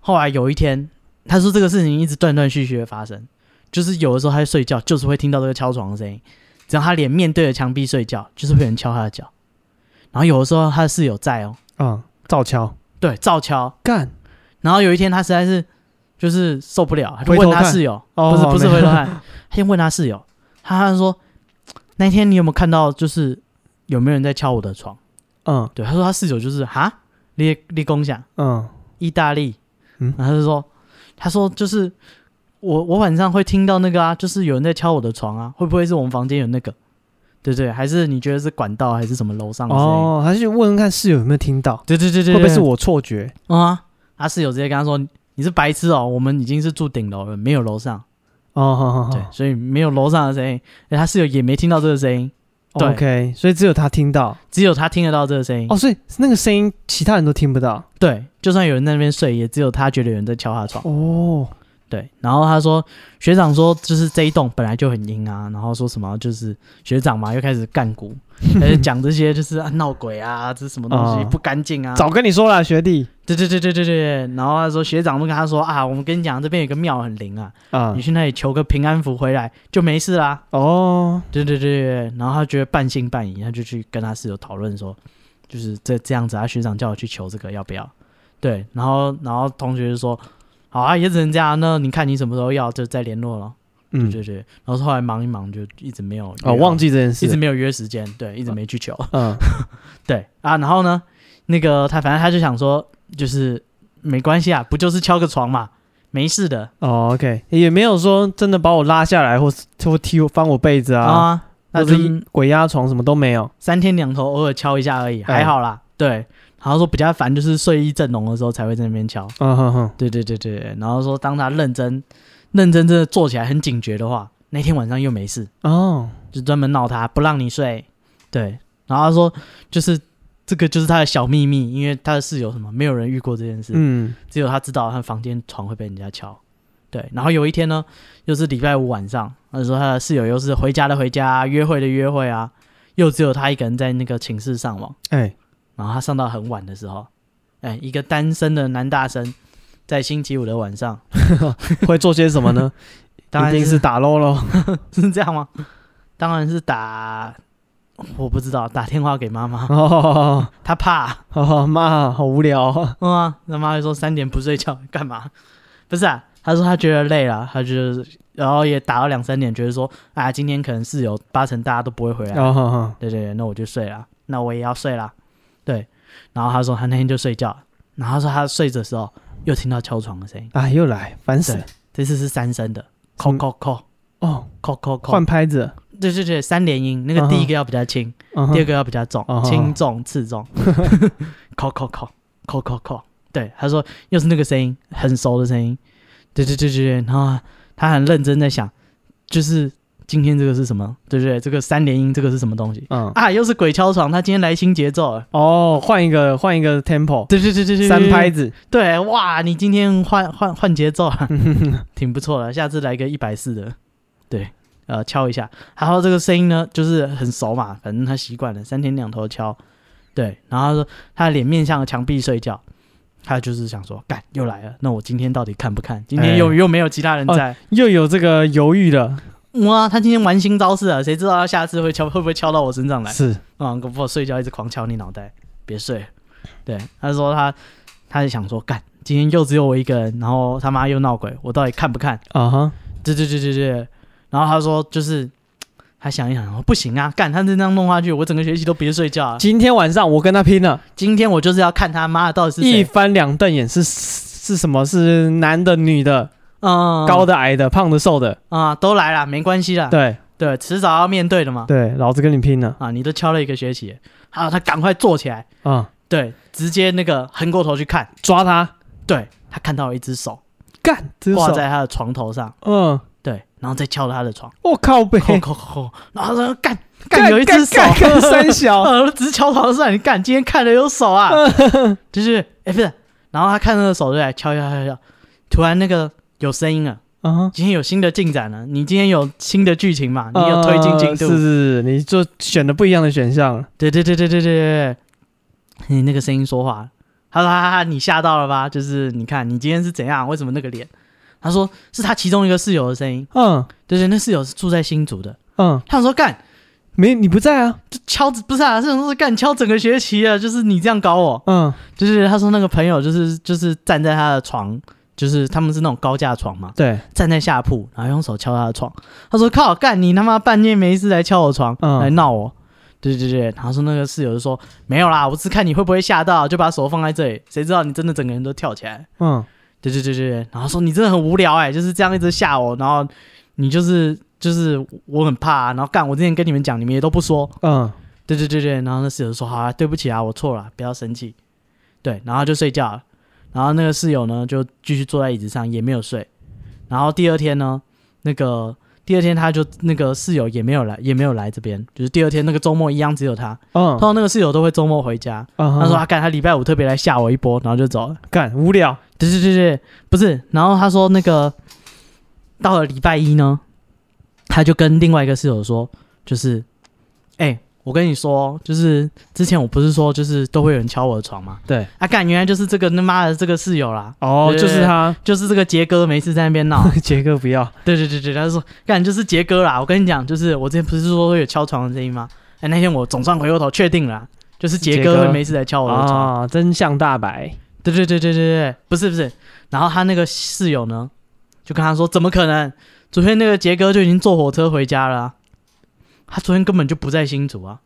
S2: 后来有一天，他说这个事情一直断断续续的发生，就是有的时候他在睡觉，就是会听到这个敲床的声音，只要他脸面对着墙壁睡觉，就是会有人敲他的脚。然后有的时候他的室友在哦，
S1: 嗯，照敲
S2: 对，照敲，
S1: 啊干，
S2: 然后有一天他实在是就是受不了，他就
S1: 回头
S2: 问他
S1: 看
S2: 室友，
S1: 哦
S2: 不是
S1: 好
S2: 不是
S1: 没
S2: 回头看，他先问他室友，他说那一天你有没有看到就是有没有人在敲我的床？
S1: 嗯
S2: 对，他说他室友就是哈，立立功想
S1: 嗯，
S2: 意大利，
S1: 嗯
S2: 然后他就说，他说就是我我晚上会听到那个啊，就是有人在敲我的床啊，会不会是我们房间有那个？对对，还是你觉得是管道还是什么楼上的声音？
S1: 哦，还是问问看室友有没有听到，
S2: 对对对对，
S1: 会不会是
S2: 对？
S1: 我错觉？
S2: 嗯啊，他室友直接跟他说：“你是白痴哦，我们已经是住顶楼了，没有楼上，
S1: 哦，好好
S2: 对
S1: 好，
S2: 所以没有楼上的声音。哎”他室友也没听到这个声音，对
S1: ，OK，所以只有他听到
S2: 只有他听得到这个声音。
S1: 哦，所以那个声音其他人都听不到
S2: 对，就算有人在那边睡，也只有他觉得有人在敲他床。
S1: 哦，
S2: 对，然后他说学长说就是这一栋本来就很阴啊，然后说什么就是学长嘛又开始干股，开始讲这些就是啊闹鬼啊，这是什么东西、
S1: 啊
S2: 不干净啊，
S1: 早跟你说了，学弟
S2: 对对对对对对，然后他说学长都跟他说啊，我们跟你讲这边有个庙很灵啊，
S1: 啊
S2: 你，去那里求个平安符回来就没事啦。
S1: 哦，
S2: 对对对对，然后他觉得半信半疑，他就去跟他室友讨论说，就是这这样子啊，学长叫我去求这个要不要？对，然后然后同学就说，好啊，也只能这样，那你看你什么时候要就再联络咯。
S1: 嗯，
S2: 对对，对然后后来忙一忙就一直没有约
S1: 哦，忘
S2: 好，
S1: 记这件
S2: 一直
S1: 事，
S2: 没有约时间，对，一直没去求。
S1: 嗯，
S2: 对啊，然后呢，那个他反正他就想说，就是没关系啊，不就是敲个床嘛，没事的
S1: 哦，OK，也没有说真的把我拉下来，或是或踢我翻我被子啊，
S2: 啊，那
S1: 或
S2: 就是
S1: 鬼压床什么都没有，
S2: 三天两头偶尔敲一下而已，
S1: 哎
S2: 还好啦。对，然后说比较烦就是睡意正浓的时候才会在那边敲。
S1: 嗯哼哼，
S2: 对对对对，对然后说当他认真认真真的做起来很警觉的话，那天晚上又没事，
S1: 哦，
S2: 就专门闹他不让你睡。对，然后他说就是这个就是他的小秘密，因为他的室友什么没有人遇过这件事，
S1: 嗯，
S2: 只有他知道他房间床会被人家敲。对，然后有一天呢，又是礼拜五晚上，那时候他的室友又是回家的回家，约会的约会啊，又只有他一个人在那个寝室上网。
S1: 哎，
S2: 然后他上到很晚的时候，哎，一个单身的男大生在星期五的晚上，
S1: 会做些什么 呢？
S2: 当然
S1: 一定是打喽 喽，
S2: 是这样吗？当然是打，我不知道，打电话给妈妈，
S1: 哦，
S2: 他怕，
S1: 哦妈，好无聊哦，
S2: 嗯啊，他妈就说三点不睡觉干嘛？不是啊，他说他觉得累了，他就是，然后也打到两三点，觉得说啊，今天可能室友八成大家都不会回来，
S1: 哦哼哼，
S2: 对啊对对，那我就睡了，那我也要睡了，对。然后他说他那天就睡觉了，然后他说他睡着的时候又听到敲床的声音。
S1: 哎，又来，烦死了，
S2: 这次是三声的，扣扣扣
S1: 哦，
S2: 扣扣
S1: 嗯
S2: 扣
S1: 换，拍子，
S2: 对对对，三连音，那个
S1: 嗯哼
S2: 第一个要比较轻，
S1: 嗯
S2: 第二
S1: 哼，
S2: 个要比较重
S1: 嗯，哼
S2: 轻重次重，扣扣扣扣扣扣，对，他说又是那个声音，很熟的声音，对对对对对，然后他很认真在想，就是今天这个是什么，对对对，这个三连音这个是什么东西
S1: 嗯，
S2: 啊？又是鬼敲床，他今天来新节奏了，
S1: 哦，换一个，换一个 tempo，
S2: 对对对对对，对
S1: 三拍，子，
S2: 对，哇，你今天换换换节奏啊，挺不错的，下次来个一百四的，对，呃，敲一下。然后这个声音呢，就是很熟嘛，反正他习惯了，三天两头敲，对。然后他说他的脸面向着墙壁睡觉，他就是想说，干又来了，那我今天到底看不看？今天又、
S1: 哎
S2: 又没有其他人在，
S1: 又有这个犹豫了，
S2: 哇，他今天玩新招式啊，谁知道他下次会敲会不会敲到我身上来？
S1: 是，
S2: 啊、嗯，不，我睡觉一直狂敲你脑袋，别睡。对，他说他，他就想说，干，今天又只有我一个人，然后他妈又闹鬼，我到底看不看？
S1: 啊哈，
S2: 对对对对对。然后他说，就是他想一想，我不行啊，干，他这样弄下去，我整个学期都别睡觉啊。
S1: 今天晚上我跟他拼了，
S2: 今天我就是要看他妈的到底是
S1: 一
S2: 谁，
S1: 翻两瞪眼是是什么？是男的、女的、
S2: 嗯，
S1: 高的、矮的、胖的、瘦的，
S2: 啊、都来了，没关系啦，
S1: 对
S2: 对，迟早要面对的嘛。
S1: 对，老子跟你拼了
S2: 啊，你都敲了一个学期，好，他赶快坐起来，
S1: 啊！
S2: 对，直接那个横过头去看，
S1: 抓他，
S2: 对他看到了一只手
S1: 干，这
S2: 挂
S1: 手，
S2: 在他的床头上。
S1: 嗯，
S2: 对，然后再敲他 的床，
S1: 我靠背，
S2: 扣扣扣，然后他说干干有一只手，
S1: 干干三 小，
S2: 呃，只敲床上，你干，今天看了有手 啊，就是哎、不是，然后他看那个手就来敲敲敲敲，突然那个有声音了，
S1: 啊哈。
S2: 今天有新的进展了，你今天有新的剧情啊嘛，你有推进进
S1: 呃
S2: 度，
S1: 是是是，你就选了不一样的选项了。
S2: 对对对对对对对，你那个声音说话，他说哈哈哈，你吓到了吧？就是你看你今天是怎样，为什么那个脸？他说是他其中一个室友的声音，
S1: 嗯
S2: 对对，那室友是住在新竹的，
S1: 嗯，
S2: 他想说干。
S1: 没你不在啊，
S2: 就敲不是啊，这种是干敲整个学期啊，就是你这样搞我，
S1: 嗯
S2: 就是他说那个朋友就是就是站在他的床，就是他们是那种高架床嘛，
S1: 对，
S2: 站在下铺，然后用手敲他的床，他说靠干你他妈半夜没事来敲我床，
S1: 嗯
S2: 来闹我。对对对，然后说那个室友就说没有啦，我是看你会不会吓到，就把手放在这里，谁知道你真的整个人都跳起来。
S1: 嗯
S2: 对对对对，对然后说你真的很无聊哎、就是这样一直吓我，然后你就是就是我很怕、啊，然后干我之前跟你们讲，你们也都不说，
S1: 嗯
S2: 对对对对，然后那室友说好啊，对不起啊，我错了，不要生气，对，然后就睡觉了，然后那个室友呢就继续坐在椅子上也没有睡，然后第二天呢，那个第二天他就那个室友也没有来也没有来这边，就是第二天那个周末一样只有他，
S1: 嗯
S2: 通，常那个室友都会周末回家，
S1: 他
S2: 他说啊干他礼拜五特别来吓我一波，然后就走了。
S1: 干无聊，
S2: 对对对对，不是。然后他说那个到了礼拜一呢，他就跟另外一个室友说，就是，哎、我跟你说，就是之前我不是说就是都会有人敲我的床吗？
S1: 对，
S2: 啊，干，原来就是这个他妈的这个室友啦，
S1: 哦，
S2: 对
S1: 就是他，
S2: 就是这个杰哥没事在那边闹。
S1: 杰哥不要，
S2: 对对对对，他就说干就是杰哥啦，我跟你讲，就是我之前不是说有敲床的声音吗？哎、那天我总算回过头确定了啊，就是杰
S1: 杰
S2: 哥
S1: 哥
S2: 会没事来哦敲我的床。
S1: 啊，真相大白，
S2: 对对对对对对，不是不是。然后他那个室友呢，就跟他说：“怎么可能？昨天那个杰哥就已经坐火车回家了啊、他昨天根本就不在新竹啊。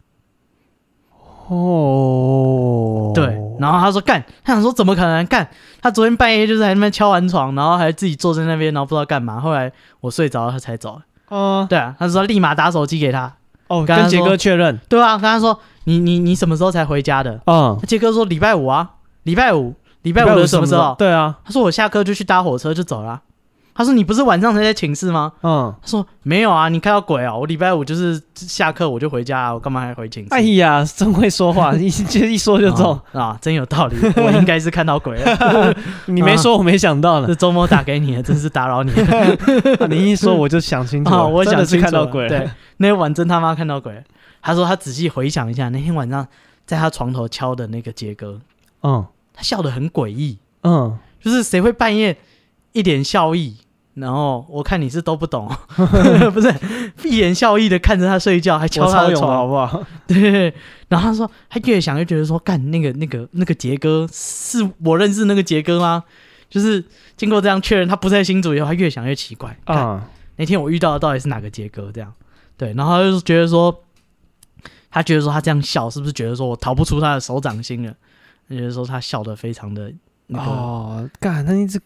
S1: 哦，
S2: 对，然后他说：“干，他想说怎么可能干？他昨天半夜就是在那边敲完床，然后还自己坐在那边，然后不知道干嘛。后来我睡着了，他才走。
S1: 啊，
S2: 对啊，他说立马打手机给他。
S1: 哦，
S2: 刚刚
S1: 跟杰
S2: 说
S1: 哥确认，
S2: 对啊，跟他说你你你什么时候才回家的？
S1: 嗯，
S2: 杰哥说礼拜五啊，礼拜五，礼拜五的什么时候？
S1: 对啊，
S2: 他说我下课就去搭火车就走了啊、他说你不是晚上才在寝室吗？
S1: 嗯，
S2: 他说没有啊，你看到鬼哦！我礼拜五就是下课我就回家、啊，我干嘛还回寝室？
S1: 哎呀，真会说话，一 就一说就中
S2: 啊，啊，真有道理，我应该是看到鬼了。
S1: 你没说我没想到呢
S2: 这，周末打给你，真是打 扰你了
S1: 啊你一说我就想清楚
S2: 啊！
S1: 了，
S2: 我
S1: 真
S2: 想
S1: 的是
S2: 清楚
S1: 看到
S2: 了
S1: 鬼了，
S2: 对，那天晚真他妈看到鬼了。他说他仔细回想一下那天晚上在他床头敲的那个杰哥，
S1: 嗯
S2: 他笑得很诡异，
S1: 嗯，
S2: 就是谁会半夜一脸笑意，然后我看你是都 不懂， 不是一脸笑意的看着他睡觉，还敲
S1: 我
S2: 他
S1: 超
S2: 的
S1: 勇了好
S2: 床，
S1: 不好？
S2: 对。然后他说，他越想越觉得说，干那个那个那个杰哥是我认识那个杰哥吗？就是经过这样确认，他不在新竹以后，他越想越奇怪。啊，
S1: 啊，
S2: 那天我遇到的到底是哪个杰哥？这样对，然后他就觉得说，他觉得说他这样笑，是不是觉得说我逃不出他的手掌心了？他觉得说他笑得非常的那个。
S1: 哦，干，他一直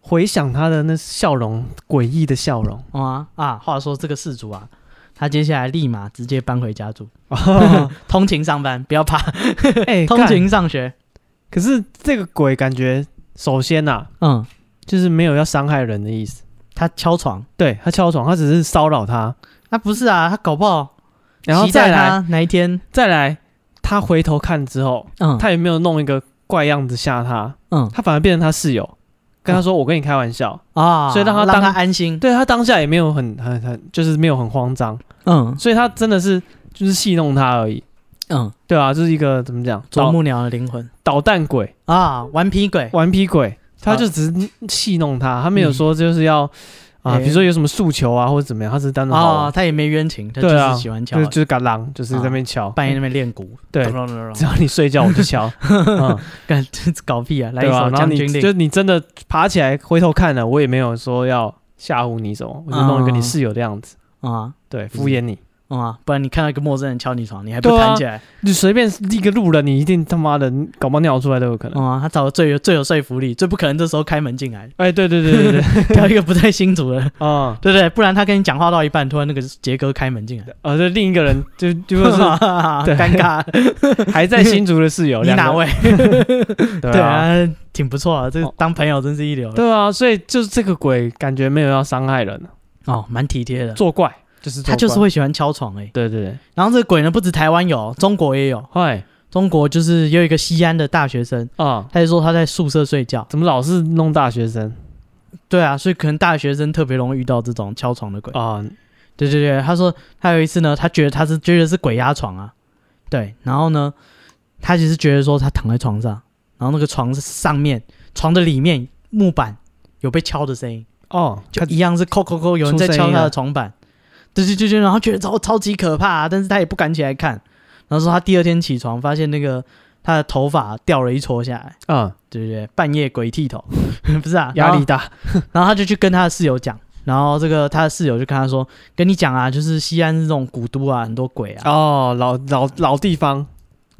S1: 回想他的那笑容，诡异的笑 容。
S2: 哦啊啊！话说这个事主啊，他接下来立马直接搬回家 住，
S1: 哦
S2: 通勤上班，不要怕，
S1: 哎、
S2: 通
S1: 干
S2: 勤上学。
S1: 可是这个鬼感觉，首先呐、
S2: 嗯，
S1: 就是没有要伤害人的意思。
S2: 他敲床，
S1: 对他敲床，他只是骚扰他，
S2: 啊不是啊，他搞不好，
S1: 然后
S2: 期待
S1: 再来
S2: 他哪一天，
S1: 再来，他回头看之后，
S2: 嗯
S1: 他也没有弄一个怪样子吓他，
S2: 嗯
S1: 他反而变成他室友，跟他说：“我跟你开玩笑。
S2: 啊，
S1: 所以让他
S2: 让
S1: 当
S2: 他安心。
S1: 对他当下也没有很很很，就是没有很慌张，
S2: 嗯
S1: 所以他真的是就是戏弄他而已。
S2: 嗯，
S1: 对啊，就是一个怎么讲，
S2: 啄
S1: 捣
S2: 木鸟的灵魂
S1: 捣蛋鬼。
S2: 啊，顽皮鬼。
S1: 顽皮鬼，他
S2: 啊
S1: 就只是戏弄他，他没有
S2: 嗯
S1: 说就是要、啊，
S2: 哎
S1: 比如说有什么诉求啊或者怎么样，他只是单纯好玩
S2: 啊，他也没冤情，他就
S1: 对啊
S2: 是喜欢
S1: 哦
S2: 敲
S1: 就，是就是嘎啷，就是在那边敲，
S2: 半夜那边练鼓，
S1: 对
S2: 咚咚咚
S1: 啊 只
S2: 咚，
S1: 要你睡觉我就 敲，嗯、
S2: 干 搞屁啊！来一
S1: 对吧、
S2: 首
S1: 然
S2: 《
S1: 后
S2: 将
S1: 你
S2: 军令
S1: 就》，你真的爬起来回头看了，我也没有说要吓唬你什么，我就弄一个你室友的样子，
S2: 啊
S1: 对，敷衍你，
S2: 嗯啊，不然你看到一个陌生人敲你床，你还不
S1: 对啊
S2: 弹起来？
S1: 你随便一个路人，你一定他妈的搞不好尿出来都有可能。
S2: 哦、啊，他找的最有最有说服力，最不可能这时候开门进来，
S1: 哎、对对对对 对，
S2: 挑一个不在新竹的，
S1: 啊、
S2: 对不对？不然他跟你讲话到一半，突然那个杰哥开门进来，
S1: 呃，这另一个人就就是 对
S2: 尴尬。
S1: 还在新竹的室 友，
S2: 你
S1: 两个
S2: 哪？位？
S1: 对
S2: 对
S1: 啊，
S2: 啊，挺不错啊，这个
S1: 哦
S2: 当朋友真是一流的
S1: 对啊，所以就是这个鬼感觉没有要伤害人，啊
S2: 哦，蛮体贴的。
S1: 作怪就是作
S2: 他
S1: 怪
S2: 就是会喜欢敲床哎、欸，
S1: 对对对，
S2: 然后这个鬼呢，不止台湾有，中国也有。
S1: 嗨
S2: 中国就是有一个西安的大学生，
S1: 啊，
S2: 他就说他在宿舍睡觉。
S1: 怎么老是弄大学生
S2: 对啊，所以可能大学生特别容易遇到这种敲床的鬼。
S1: 啊？
S2: 对对对，他说他有一次呢，他觉得他是觉得是鬼压床啊，对，然后呢，他其实觉得说他躺在床上，然后那个床是上面床的里面木板有被敲的声音，
S1: 哦，
S2: 就
S1: 他
S2: 一样是扣扣扣，有人在
S1: 出声
S2: 敲
S1: 音
S2: 他
S1: 了
S2: 的床板，对对对对，然后觉得超超级可怕、啊，但是他也不敢起来看。然后说他第二天起床发现那个他的头发掉了一撮下来，
S1: 啊，
S2: 对不对？半夜鬼剃头， 不是啊，然
S1: 压
S2: 后
S1: 力大，
S2: 然后他就去跟他的室友讲，然后这个他的室友就跟他说：“跟你讲啊，就是西安这种古都啊，很多鬼啊。
S1: 哦，老老老地方，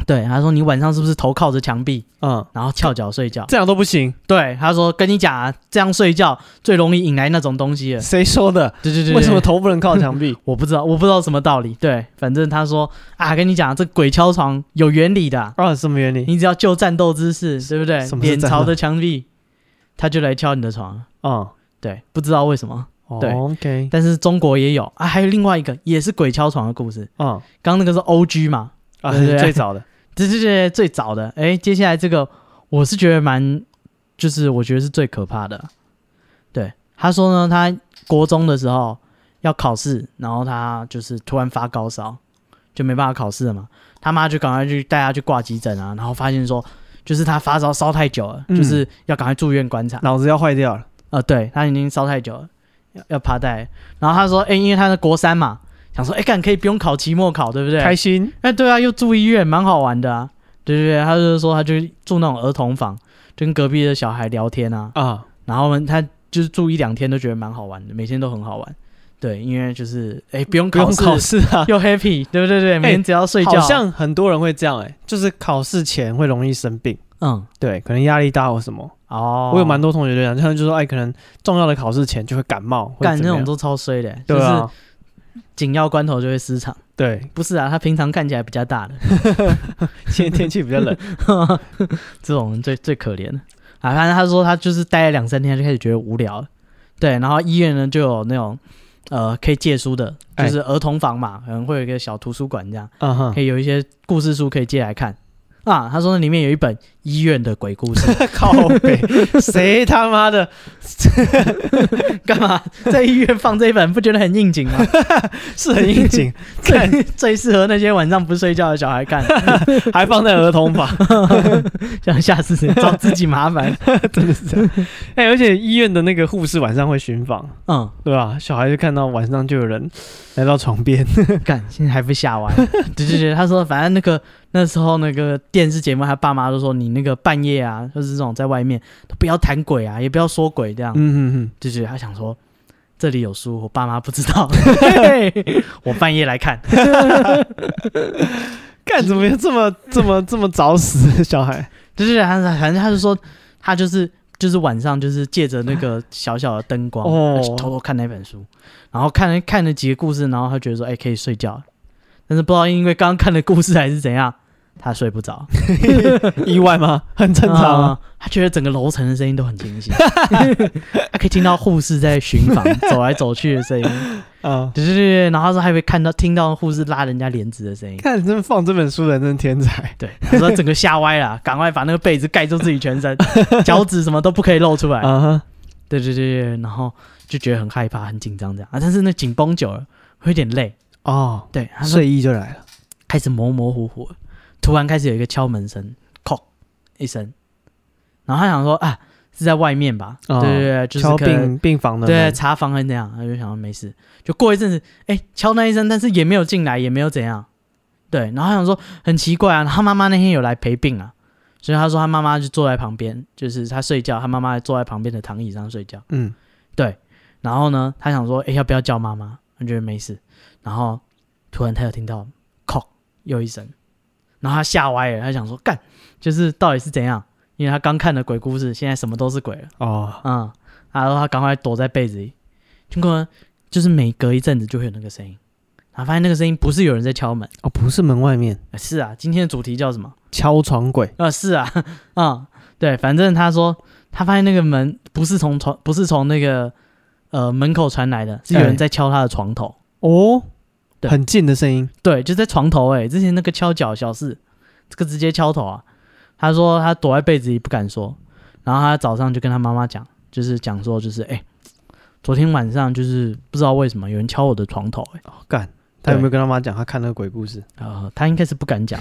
S2: 对，他说你晚上是不是头靠着墙壁，
S1: 嗯，
S2: 然后翘脚睡觉？
S1: 这样都不行，
S2: 对，他说跟你讲啊，这样睡觉最容易引来那种东西 了。
S1: 谁说的？
S2: 对对对对
S1: 为什么头不能靠墙 壁？
S2: 我不知道，我不知道什么道理。对，反正他说啊，跟你讲啊，这鬼敲床有原理的啊、
S1: 啊，什么原理？
S2: 你只要就战斗姿势，对不对
S1: 什？么是
S2: 脸
S1: 战
S2: 朝
S1: 斗
S2: 着墙壁，他就来敲你的床了。
S1: 嗯，
S2: 对，不知道为什么，
S1: 哦
S2: 对
S1: ，OK，
S2: 但是中国也有啊，还有另外一个也是鬼敲床的故事。
S1: 嗯，
S2: 刚刚那个是 O G 嘛，
S1: 啊，
S2: 对对
S1: 最早的，
S2: 这这这最早的。哎，接下来这个我是觉得蛮，就是我觉得是最可怕的。对，他说呢，他国中的时候要考试，然后他就是突然发高烧，就没办法考试了嘛。他妈就赶快去带他去挂急诊啊，然后发现说，就是他发烧烧太久了，
S1: 嗯
S2: 就是要赶快住院观察。
S1: 脑子要坏掉了，
S2: 呃，对他已经烧太久了，要要趴带。然后他说，哎，因为他是国三嘛，想说，哎，干可以不用考期末考，对不对？
S1: 开心，
S2: 哎，对啊，又住医院，蛮好玩的啊。对对对，他就是说，他就住那种儿童房，就跟隔壁的小孩聊天啊。
S1: 啊，
S2: 然后呢，他就是住一两天都觉得蛮好玩的，每天都很好玩。对，因为就是哎，不用
S1: 不用
S2: 试，
S1: 考试啊。
S2: 又 happy，对不对？对，每天只要 睡觉。
S1: 好像很多人会这样、欸，哎，就是考试前会容易生病，
S2: 嗯
S1: 对，可能压力大或什么。
S2: 哦，
S1: 我有蛮多同学就讲，他们就说，哎，可能重要的考试前就会感冒，或
S2: 干
S1: 者怎
S2: 那
S1: 么
S2: 种
S1: 样
S2: 都超衰的，就
S1: 对
S2: 是
S1: 啊，
S2: 紧要关头就会失常。
S1: 对，
S2: 不是啊，他平常看起来比较大的，
S1: 现在天气比较 冷，
S2: 这种人最最可怜的啊。反正他说他就是待了两三天，他就开始觉得无聊了。对，然后医院呢就有那种呃可以借书的，
S1: 哎
S2: 就是儿童房嘛，可能会有一个小图书馆这样，
S1: 嗯哼
S2: 可，以有一些故事书可以借来看啊。他说那里面有一本医院的鬼故事，
S1: 靠北，谁他妈的
S2: 干嘛在医院放这一本，不觉得很应景吗？
S1: 是很应景，看
S2: 最最适合那些晚上不睡觉的小孩看，
S1: 还放在儿童房，
S2: 想吓死人，找自己麻烦。
S1: 真的是这样。 哎、而且医院的那个护士晚上会巡访，
S2: 嗯，
S1: 对吧？小孩就看到晚上就有人来到床边，
S2: 干，现在还被 吓完。对对对，他说反正那个那时候那个电视节目，他爸妈都说你那个半夜啊，就是这种在外面都不要谈鬼啊，也不要说鬼这样。
S1: 嗯嗯
S2: 对对，他想说这里有书，我爸妈不知 道，嘿嘿我半夜来看。
S1: 嗯， 干怎么这么这么这么早死小孩？
S2: 对对对，他反正他就说他就是就是晚上就是借着那个小小的灯光，
S1: 哦
S2: 他去偷偷看那本书，然后看了看了几个故事，然后他觉得说哎、可以睡觉了，但是不知道因为刚刚看的故事还是怎样，他睡不着。
S1: 意外吗？很正常啊。
S2: 啊他觉得整个楼层的声音都很清晰， 他可以听到护士在巡 房走来走去的声音，
S1: 啊
S2: 对对对对，然后他说还会看到听到护士拉人家帘子的声音。
S1: 看，真的放这本书的人真的天才，
S2: 对，他说整个吓歪了， 赶快把那个被子盖住自己 全身，脚趾什么都不可以露出来。
S1: 啊哈，
S2: 对对对对，然后就觉得很害怕、很紧张这样啊。但是那紧绷久了会有点累，
S1: 哦，
S2: 对，他说
S1: 睡意就来了，
S2: 开始模模糊糊了，突然开始有一个敲门声，叩一声，然后他想说啊是在外面吧？
S1: 哦
S2: 对对对，就是
S1: 敲
S2: 可能
S1: 病病房的
S2: 对，
S1: 门，
S2: 查房还是那样，他就想说没事。就过一阵子，哎、敲那一声，但是也没有进来，也没有怎样。对，然后他想说很奇怪啊，他妈妈那天有来陪病啊，所以他说他妈妈就坐在旁边，就是他睡觉，他妈妈坐在旁边的躺椅上睡觉。
S1: 嗯，
S2: 然后呢，他想说，哎、要不要叫妈妈？他觉得没事。然后突然他又听到“叩”又一声，然后他吓歪了，他想说干，就是到底是怎样？因为他刚看的鬼故事，现在什么都是鬼了。
S1: 哦，
S2: 嗯，然后他赶快躲在被子里。结果呢就是每隔一阵子就会有那个声音，然后发现那个声音不是有人在敲门，
S1: 哦，不是门外面
S2: 呃是啊，今天的主题叫什么？
S1: 敲床鬼，
S2: 啊，是啊， 嗯，对，反正他说他发现那个门不是从床，不是从那个呃门口传来的，是有人在敲他的床头。
S1: 哦，
S2: 对
S1: 很近的声音，
S2: 对，就在床头哎、之前那个敲脚小事，这个直接敲头啊。他说他躲在被子里不敢说，然后他早上就跟他妈妈讲，就是讲说就是哎、昨天晚上就是不知道为什么有人敲我的床头哎、
S1: 哦干，他有没有
S2: 对
S1: 跟他妈讲他看那个鬼故事？
S2: 呃，他应该是不敢讲，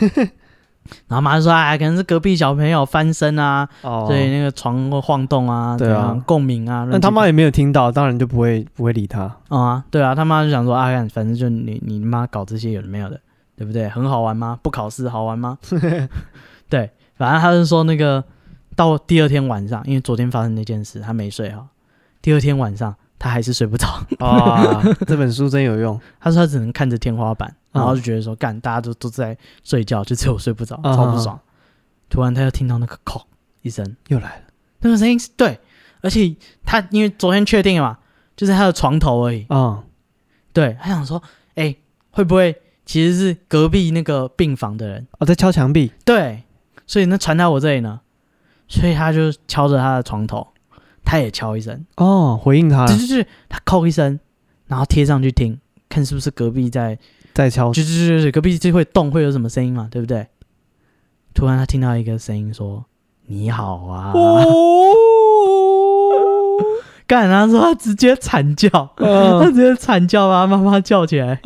S2: 然后妈就说：“哎，可能是隔壁小朋友翻身啊，
S1: 哦，
S2: 所以那个床会晃动啊，
S1: 对啊
S2: 怎样共鸣啊。乱七八糟”
S1: 但他妈也没有听到，当然就不会不会理 他。
S2: 哦啊，对啊，他妈就想说啊，干反正就你你妈搞这些有的没有的，对不对？很好玩吗？不考试好玩吗？对，反正他是说那个到第二天晚上，因为昨天发生那件事，他没睡好，第二天晚上他还是睡不着，
S1: 啊，这本书真有用，
S2: 他说他只能看着天花板，
S1: 嗯
S2: 然后就觉得说干，大家都都在睡觉，就只有我睡不着，
S1: 嗯
S2: 超不爽。突然他又听到那个“叩”一声，
S1: 又来了
S2: 那个声音是对，而且他因为昨天确定了嘛，就是他的床头而已，
S1: 啊、
S2: 对，他想说，哎、会不会其实是隔壁那个病房的人？
S1: 哦，在敲墙壁，
S2: 对，所以那传到我这里呢，所以他就敲着他的床头，他也敲一声，
S1: 哦，回应他了
S2: 就，是就是他叩一声，然后贴上去听，看是不是隔壁在，
S1: 在敲
S2: 就，就是就是隔壁就会动，会有什么声音嘛，对不对？突然他听到一个声音说：“你好啊！”
S1: 哦，
S2: 干，然后说他直接惨叫，他
S1: 嗯
S2: 直接惨叫把他妈妈叫起来。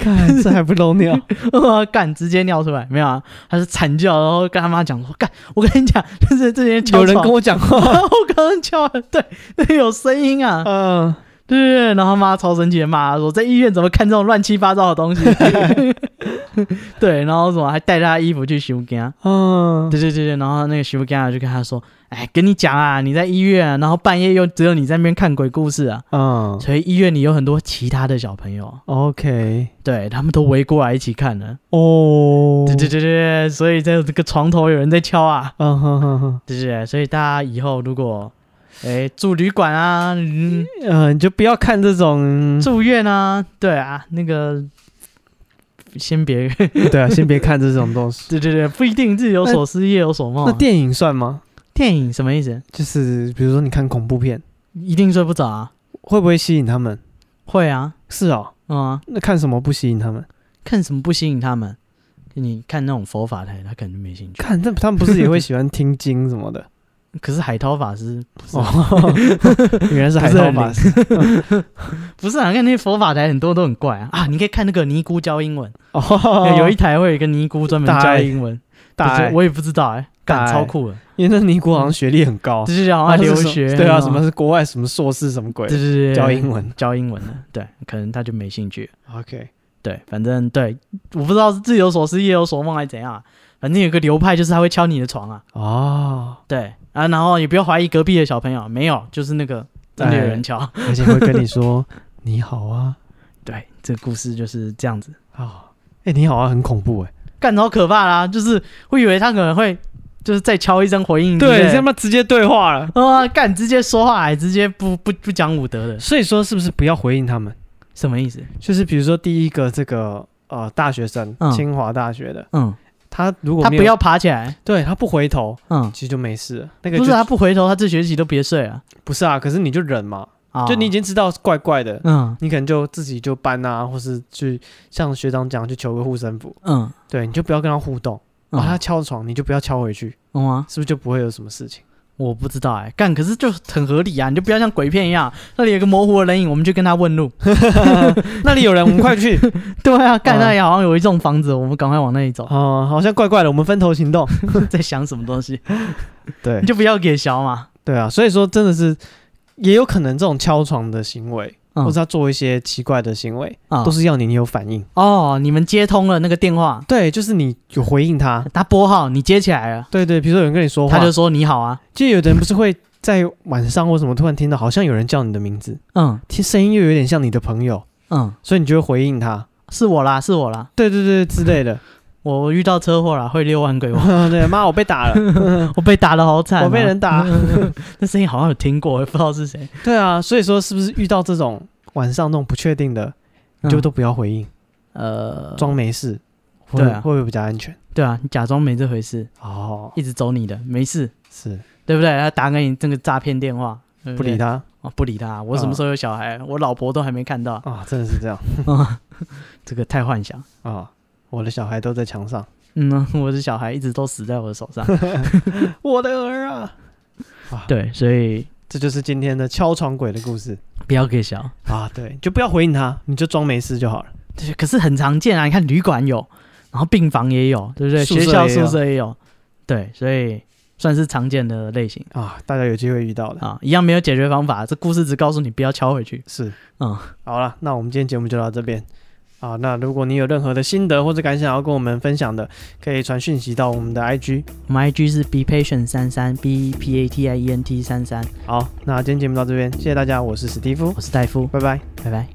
S1: 看这还不漏尿，
S2: 我 干，直接尿出来，没有啊？他是惨叫，然后跟他妈讲说：“干，我跟你讲，就是这些 敲
S1: 有人
S2: 床
S1: 跟我讲 话，
S2: 我刚刚敲了，对，那有声音啊，
S1: 嗯，
S2: 对对对。”然后他妈超生气的骂他说：“在医院怎么看这种乱七八糟的东西？” 对，然后什么还带着他衣服去修干，
S1: 嗯，
S2: 对对对对。然后那个修干就跟他说：“哎，跟你讲啊，你在医院啊、然后半夜又只有你在那边看鬼故事啊，
S1: 嗯
S2: 所以医院里有很多其他的小朋友，啊
S1: ，OK，
S2: 对他们都围过来一起看了。”
S1: 哦，
S2: 对对，对对，所以在这个床头有人在敲啊，
S1: 嗯哼哼哼，
S2: 对对对，所以大家以后如果哎住旅馆啊、嗯
S1: 嗯，你就不要看这种，
S2: 住院啊，对啊，那个先别，
S1: 对啊，先别看这种东西。
S2: 对对对，不一定日有所思夜有所梦
S1: 那
S2: 啊。
S1: 电影算吗？
S2: 电影什么意思？
S1: 就是比如说你看恐怖片，
S2: 一定睡不着啊？
S1: 会不会吸引他们？
S2: 会啊，
S1: 是哦，
S2: 嗯啊，
S1: 那看什么不吸引他们？
S2: 看什么不吸引他们？你看那种佛法台，他可能就没兴趣。
S1: 看，那他们不是也会喜欢听经什么 的？
S2: 可是海涛法师不是啊、
S1: 哦，原来是海
S2: 不是
S1: 盗
S2: 很
S1: 法
S2: 灵
S1: 师
S2: 不是啊，看那些佛法台很多都很怪啊啊！你可以看那个尼姑教英文，
S1: 哦，
S2: 有一台会有一个尼姑专门
S1: 大
S2: 教
S1: 爱
S2: 英文，
S1: 大
S2: 不是
S1: 爱，
S2: 我也不知道哎、
S1: 大
S2: 干
S1: 爱
S2: 超酷的，
S1: 因为那尼姑好像学历很高，
S2: 就是好
S1: 他
S2: 像
S1: 是
S2: 留
S1: 什么
S2: 学
S1: 对啊，
S2: 那
S1: 什
S2: 种
S1: 么是国外什么硕士什么鬼
S2: 对，对对，对
S1: 教英文
S2: 教英文的，对，可能他就没兴趣 了。
S1: ，OK，
S2: 对，反正对，我不知道是日有所思夜有所梦还是怎样、啊，反正有个流派就是他会敲你的床啊，
S1: 哦，
S2: 对啊，然后也不要怀疑隔壁的小朋友，啊没有，就是那个真的有人敲，
S1: 而且会跟你说你好啊，
S2: 对，这个故事就是这样子，
S1: 哦，哎，你好啊，很恐怖哎，
S2: 干好可怕啦、就是会以为他可能会就是再敲一声回
S1: 嗯
S2: 应，
S1: 对，
S2: 不
S1: 这他妈直接对话 了，
S2: 啊，干直接说话，还直接不不不讲武德的，
S1: 所以说是不是不要回应他们？
S2: 什么意思？
S1: 就是比如说第一个这个呃大学生
S2: 嗯，
S1: 清华大学的，
S2: 嗯，
S1: 他如果
S2: 他
S1: 没
S2: 不
S1: 有
S2: 要爬起来，
S1: 对他不回头，
S2: 嗯，
S1: 其实就没事了，那个
S2: 不是啊
S1: 就
S2: 他不回头，他这学期都别睡了，
S1: 不是啊，可是你就忍嘛，
S2: 啊，
S1: 就你已经知道是怪怪的，
S2: 嗯
S1: 你可能就自己就搬啊，或是去像学长讲去求个护身符，
S2: 嗯，
S1: 对，你就不要跟他互动，
S2: 嗯
S1: 啊，他敲床你就不要敲回去，
S2: 懂吗？
S1: 是不是就不会有什么事 情？
S2: 我不知道哎，干，可是就很合理啊，你就不要像鬼片一样，那里有个模糊的人影，我们就跟他问路。
S1: 那里有人，我们快去！
S2: 对啊，干
S1: 嗯
S2: 那里好像有一栋房子，我们赶快往那里走。
S1: 哦，好像怪怪的，我们分头行动。
S2: 在想什么东西？
S1: 对
S2: 你就不要给小嘛。
S1: 对啊，所以说真的是也有可能这种敲床的行为，
S2: 嗯
S1: 或者他做一些奇怪的行为，
S2: 啊
S1: 都是要你你有反应。
S2: 哦，你们接通了那个电话，
S1: 对，就是你有回应他。
S2: 他拨号，你接起来了，
S1: 对对，比如说有人跟你说话，
S2: 他就
S1: 就
S2: 说你好啊，
S1: 就有的人不是会在晚上或什么突然听到好像有人叫你的名字，
S2: 嗯
S1: 听声音又有点像你的朋友，
S2: 嗯，
S1: 所以你就会回应他。
S2: 是我啦，是我啦，
S1: 对对对之类的。
S2: 我遇到车祸了，会六万 鬼我，
S1: 哦对，妈，我被打 了，
S2: 我被打的好惨啊、
S1: 我被人打。
S2: 那声音好像有听过，也不知道是谁。
S1: 对啊，所以说是不是遇到这种晚上那种不确定的，你就都不要回应。
S2: 呃，
S1: 嗯装没事，会
S2: 对啊
S1: 会不会比较安全？
S2: 对啊，你假装没这回事，
S1: 哦，
S2: 一直走你的，没事，
S1: 是
S2: 对不对？他打给你这个诈骗电话，对
S1: 不
S2: 对
S1: 理他嗯啊、
S2: 哦，不理他。我什么时候有小孩？啊我老婆都还没看到，
S1: 哦真的是这样
S2: 这个太幻想。
S1: 啊、我的小孩都在墙上，
S2: 嗯， 我的小孩一直都死在我的手上。
S1: 我的儿啊！
S2: 对，所以
S1: 这就是今天的敲床鬼的故事
S2: 不要给小。
S1: 啊！对，就不要回应他，你就装没事就好了。
S2: 对，可是很常见啊。你看旅馆有，然后病房也有，对不对？
S1: 宿舍
S2: 学校
S1: 也有
S2: 宿舍也有，对，所以算是常见的类型
S1: 啊，大家有机会遇到的。
S2: 啊。一样没有解决方法，这故事只告诉你不要敲回去。
S1: 是，
S2: 嗯，
S1: 好了，那我们今天节目就到这边。啊，那如果你有任何的心得或者感想要跟我们分享的，可以传讯息到我们的 IG。
S2: 我们 IG 是 be patient 三三 b p a t i e n t 三三，
S1: 好，那今天节目到这边，谢谢大家，我是史蒂夫，
S2: 我是戴夫，
S1: 拜拜。
S2: 拜拜。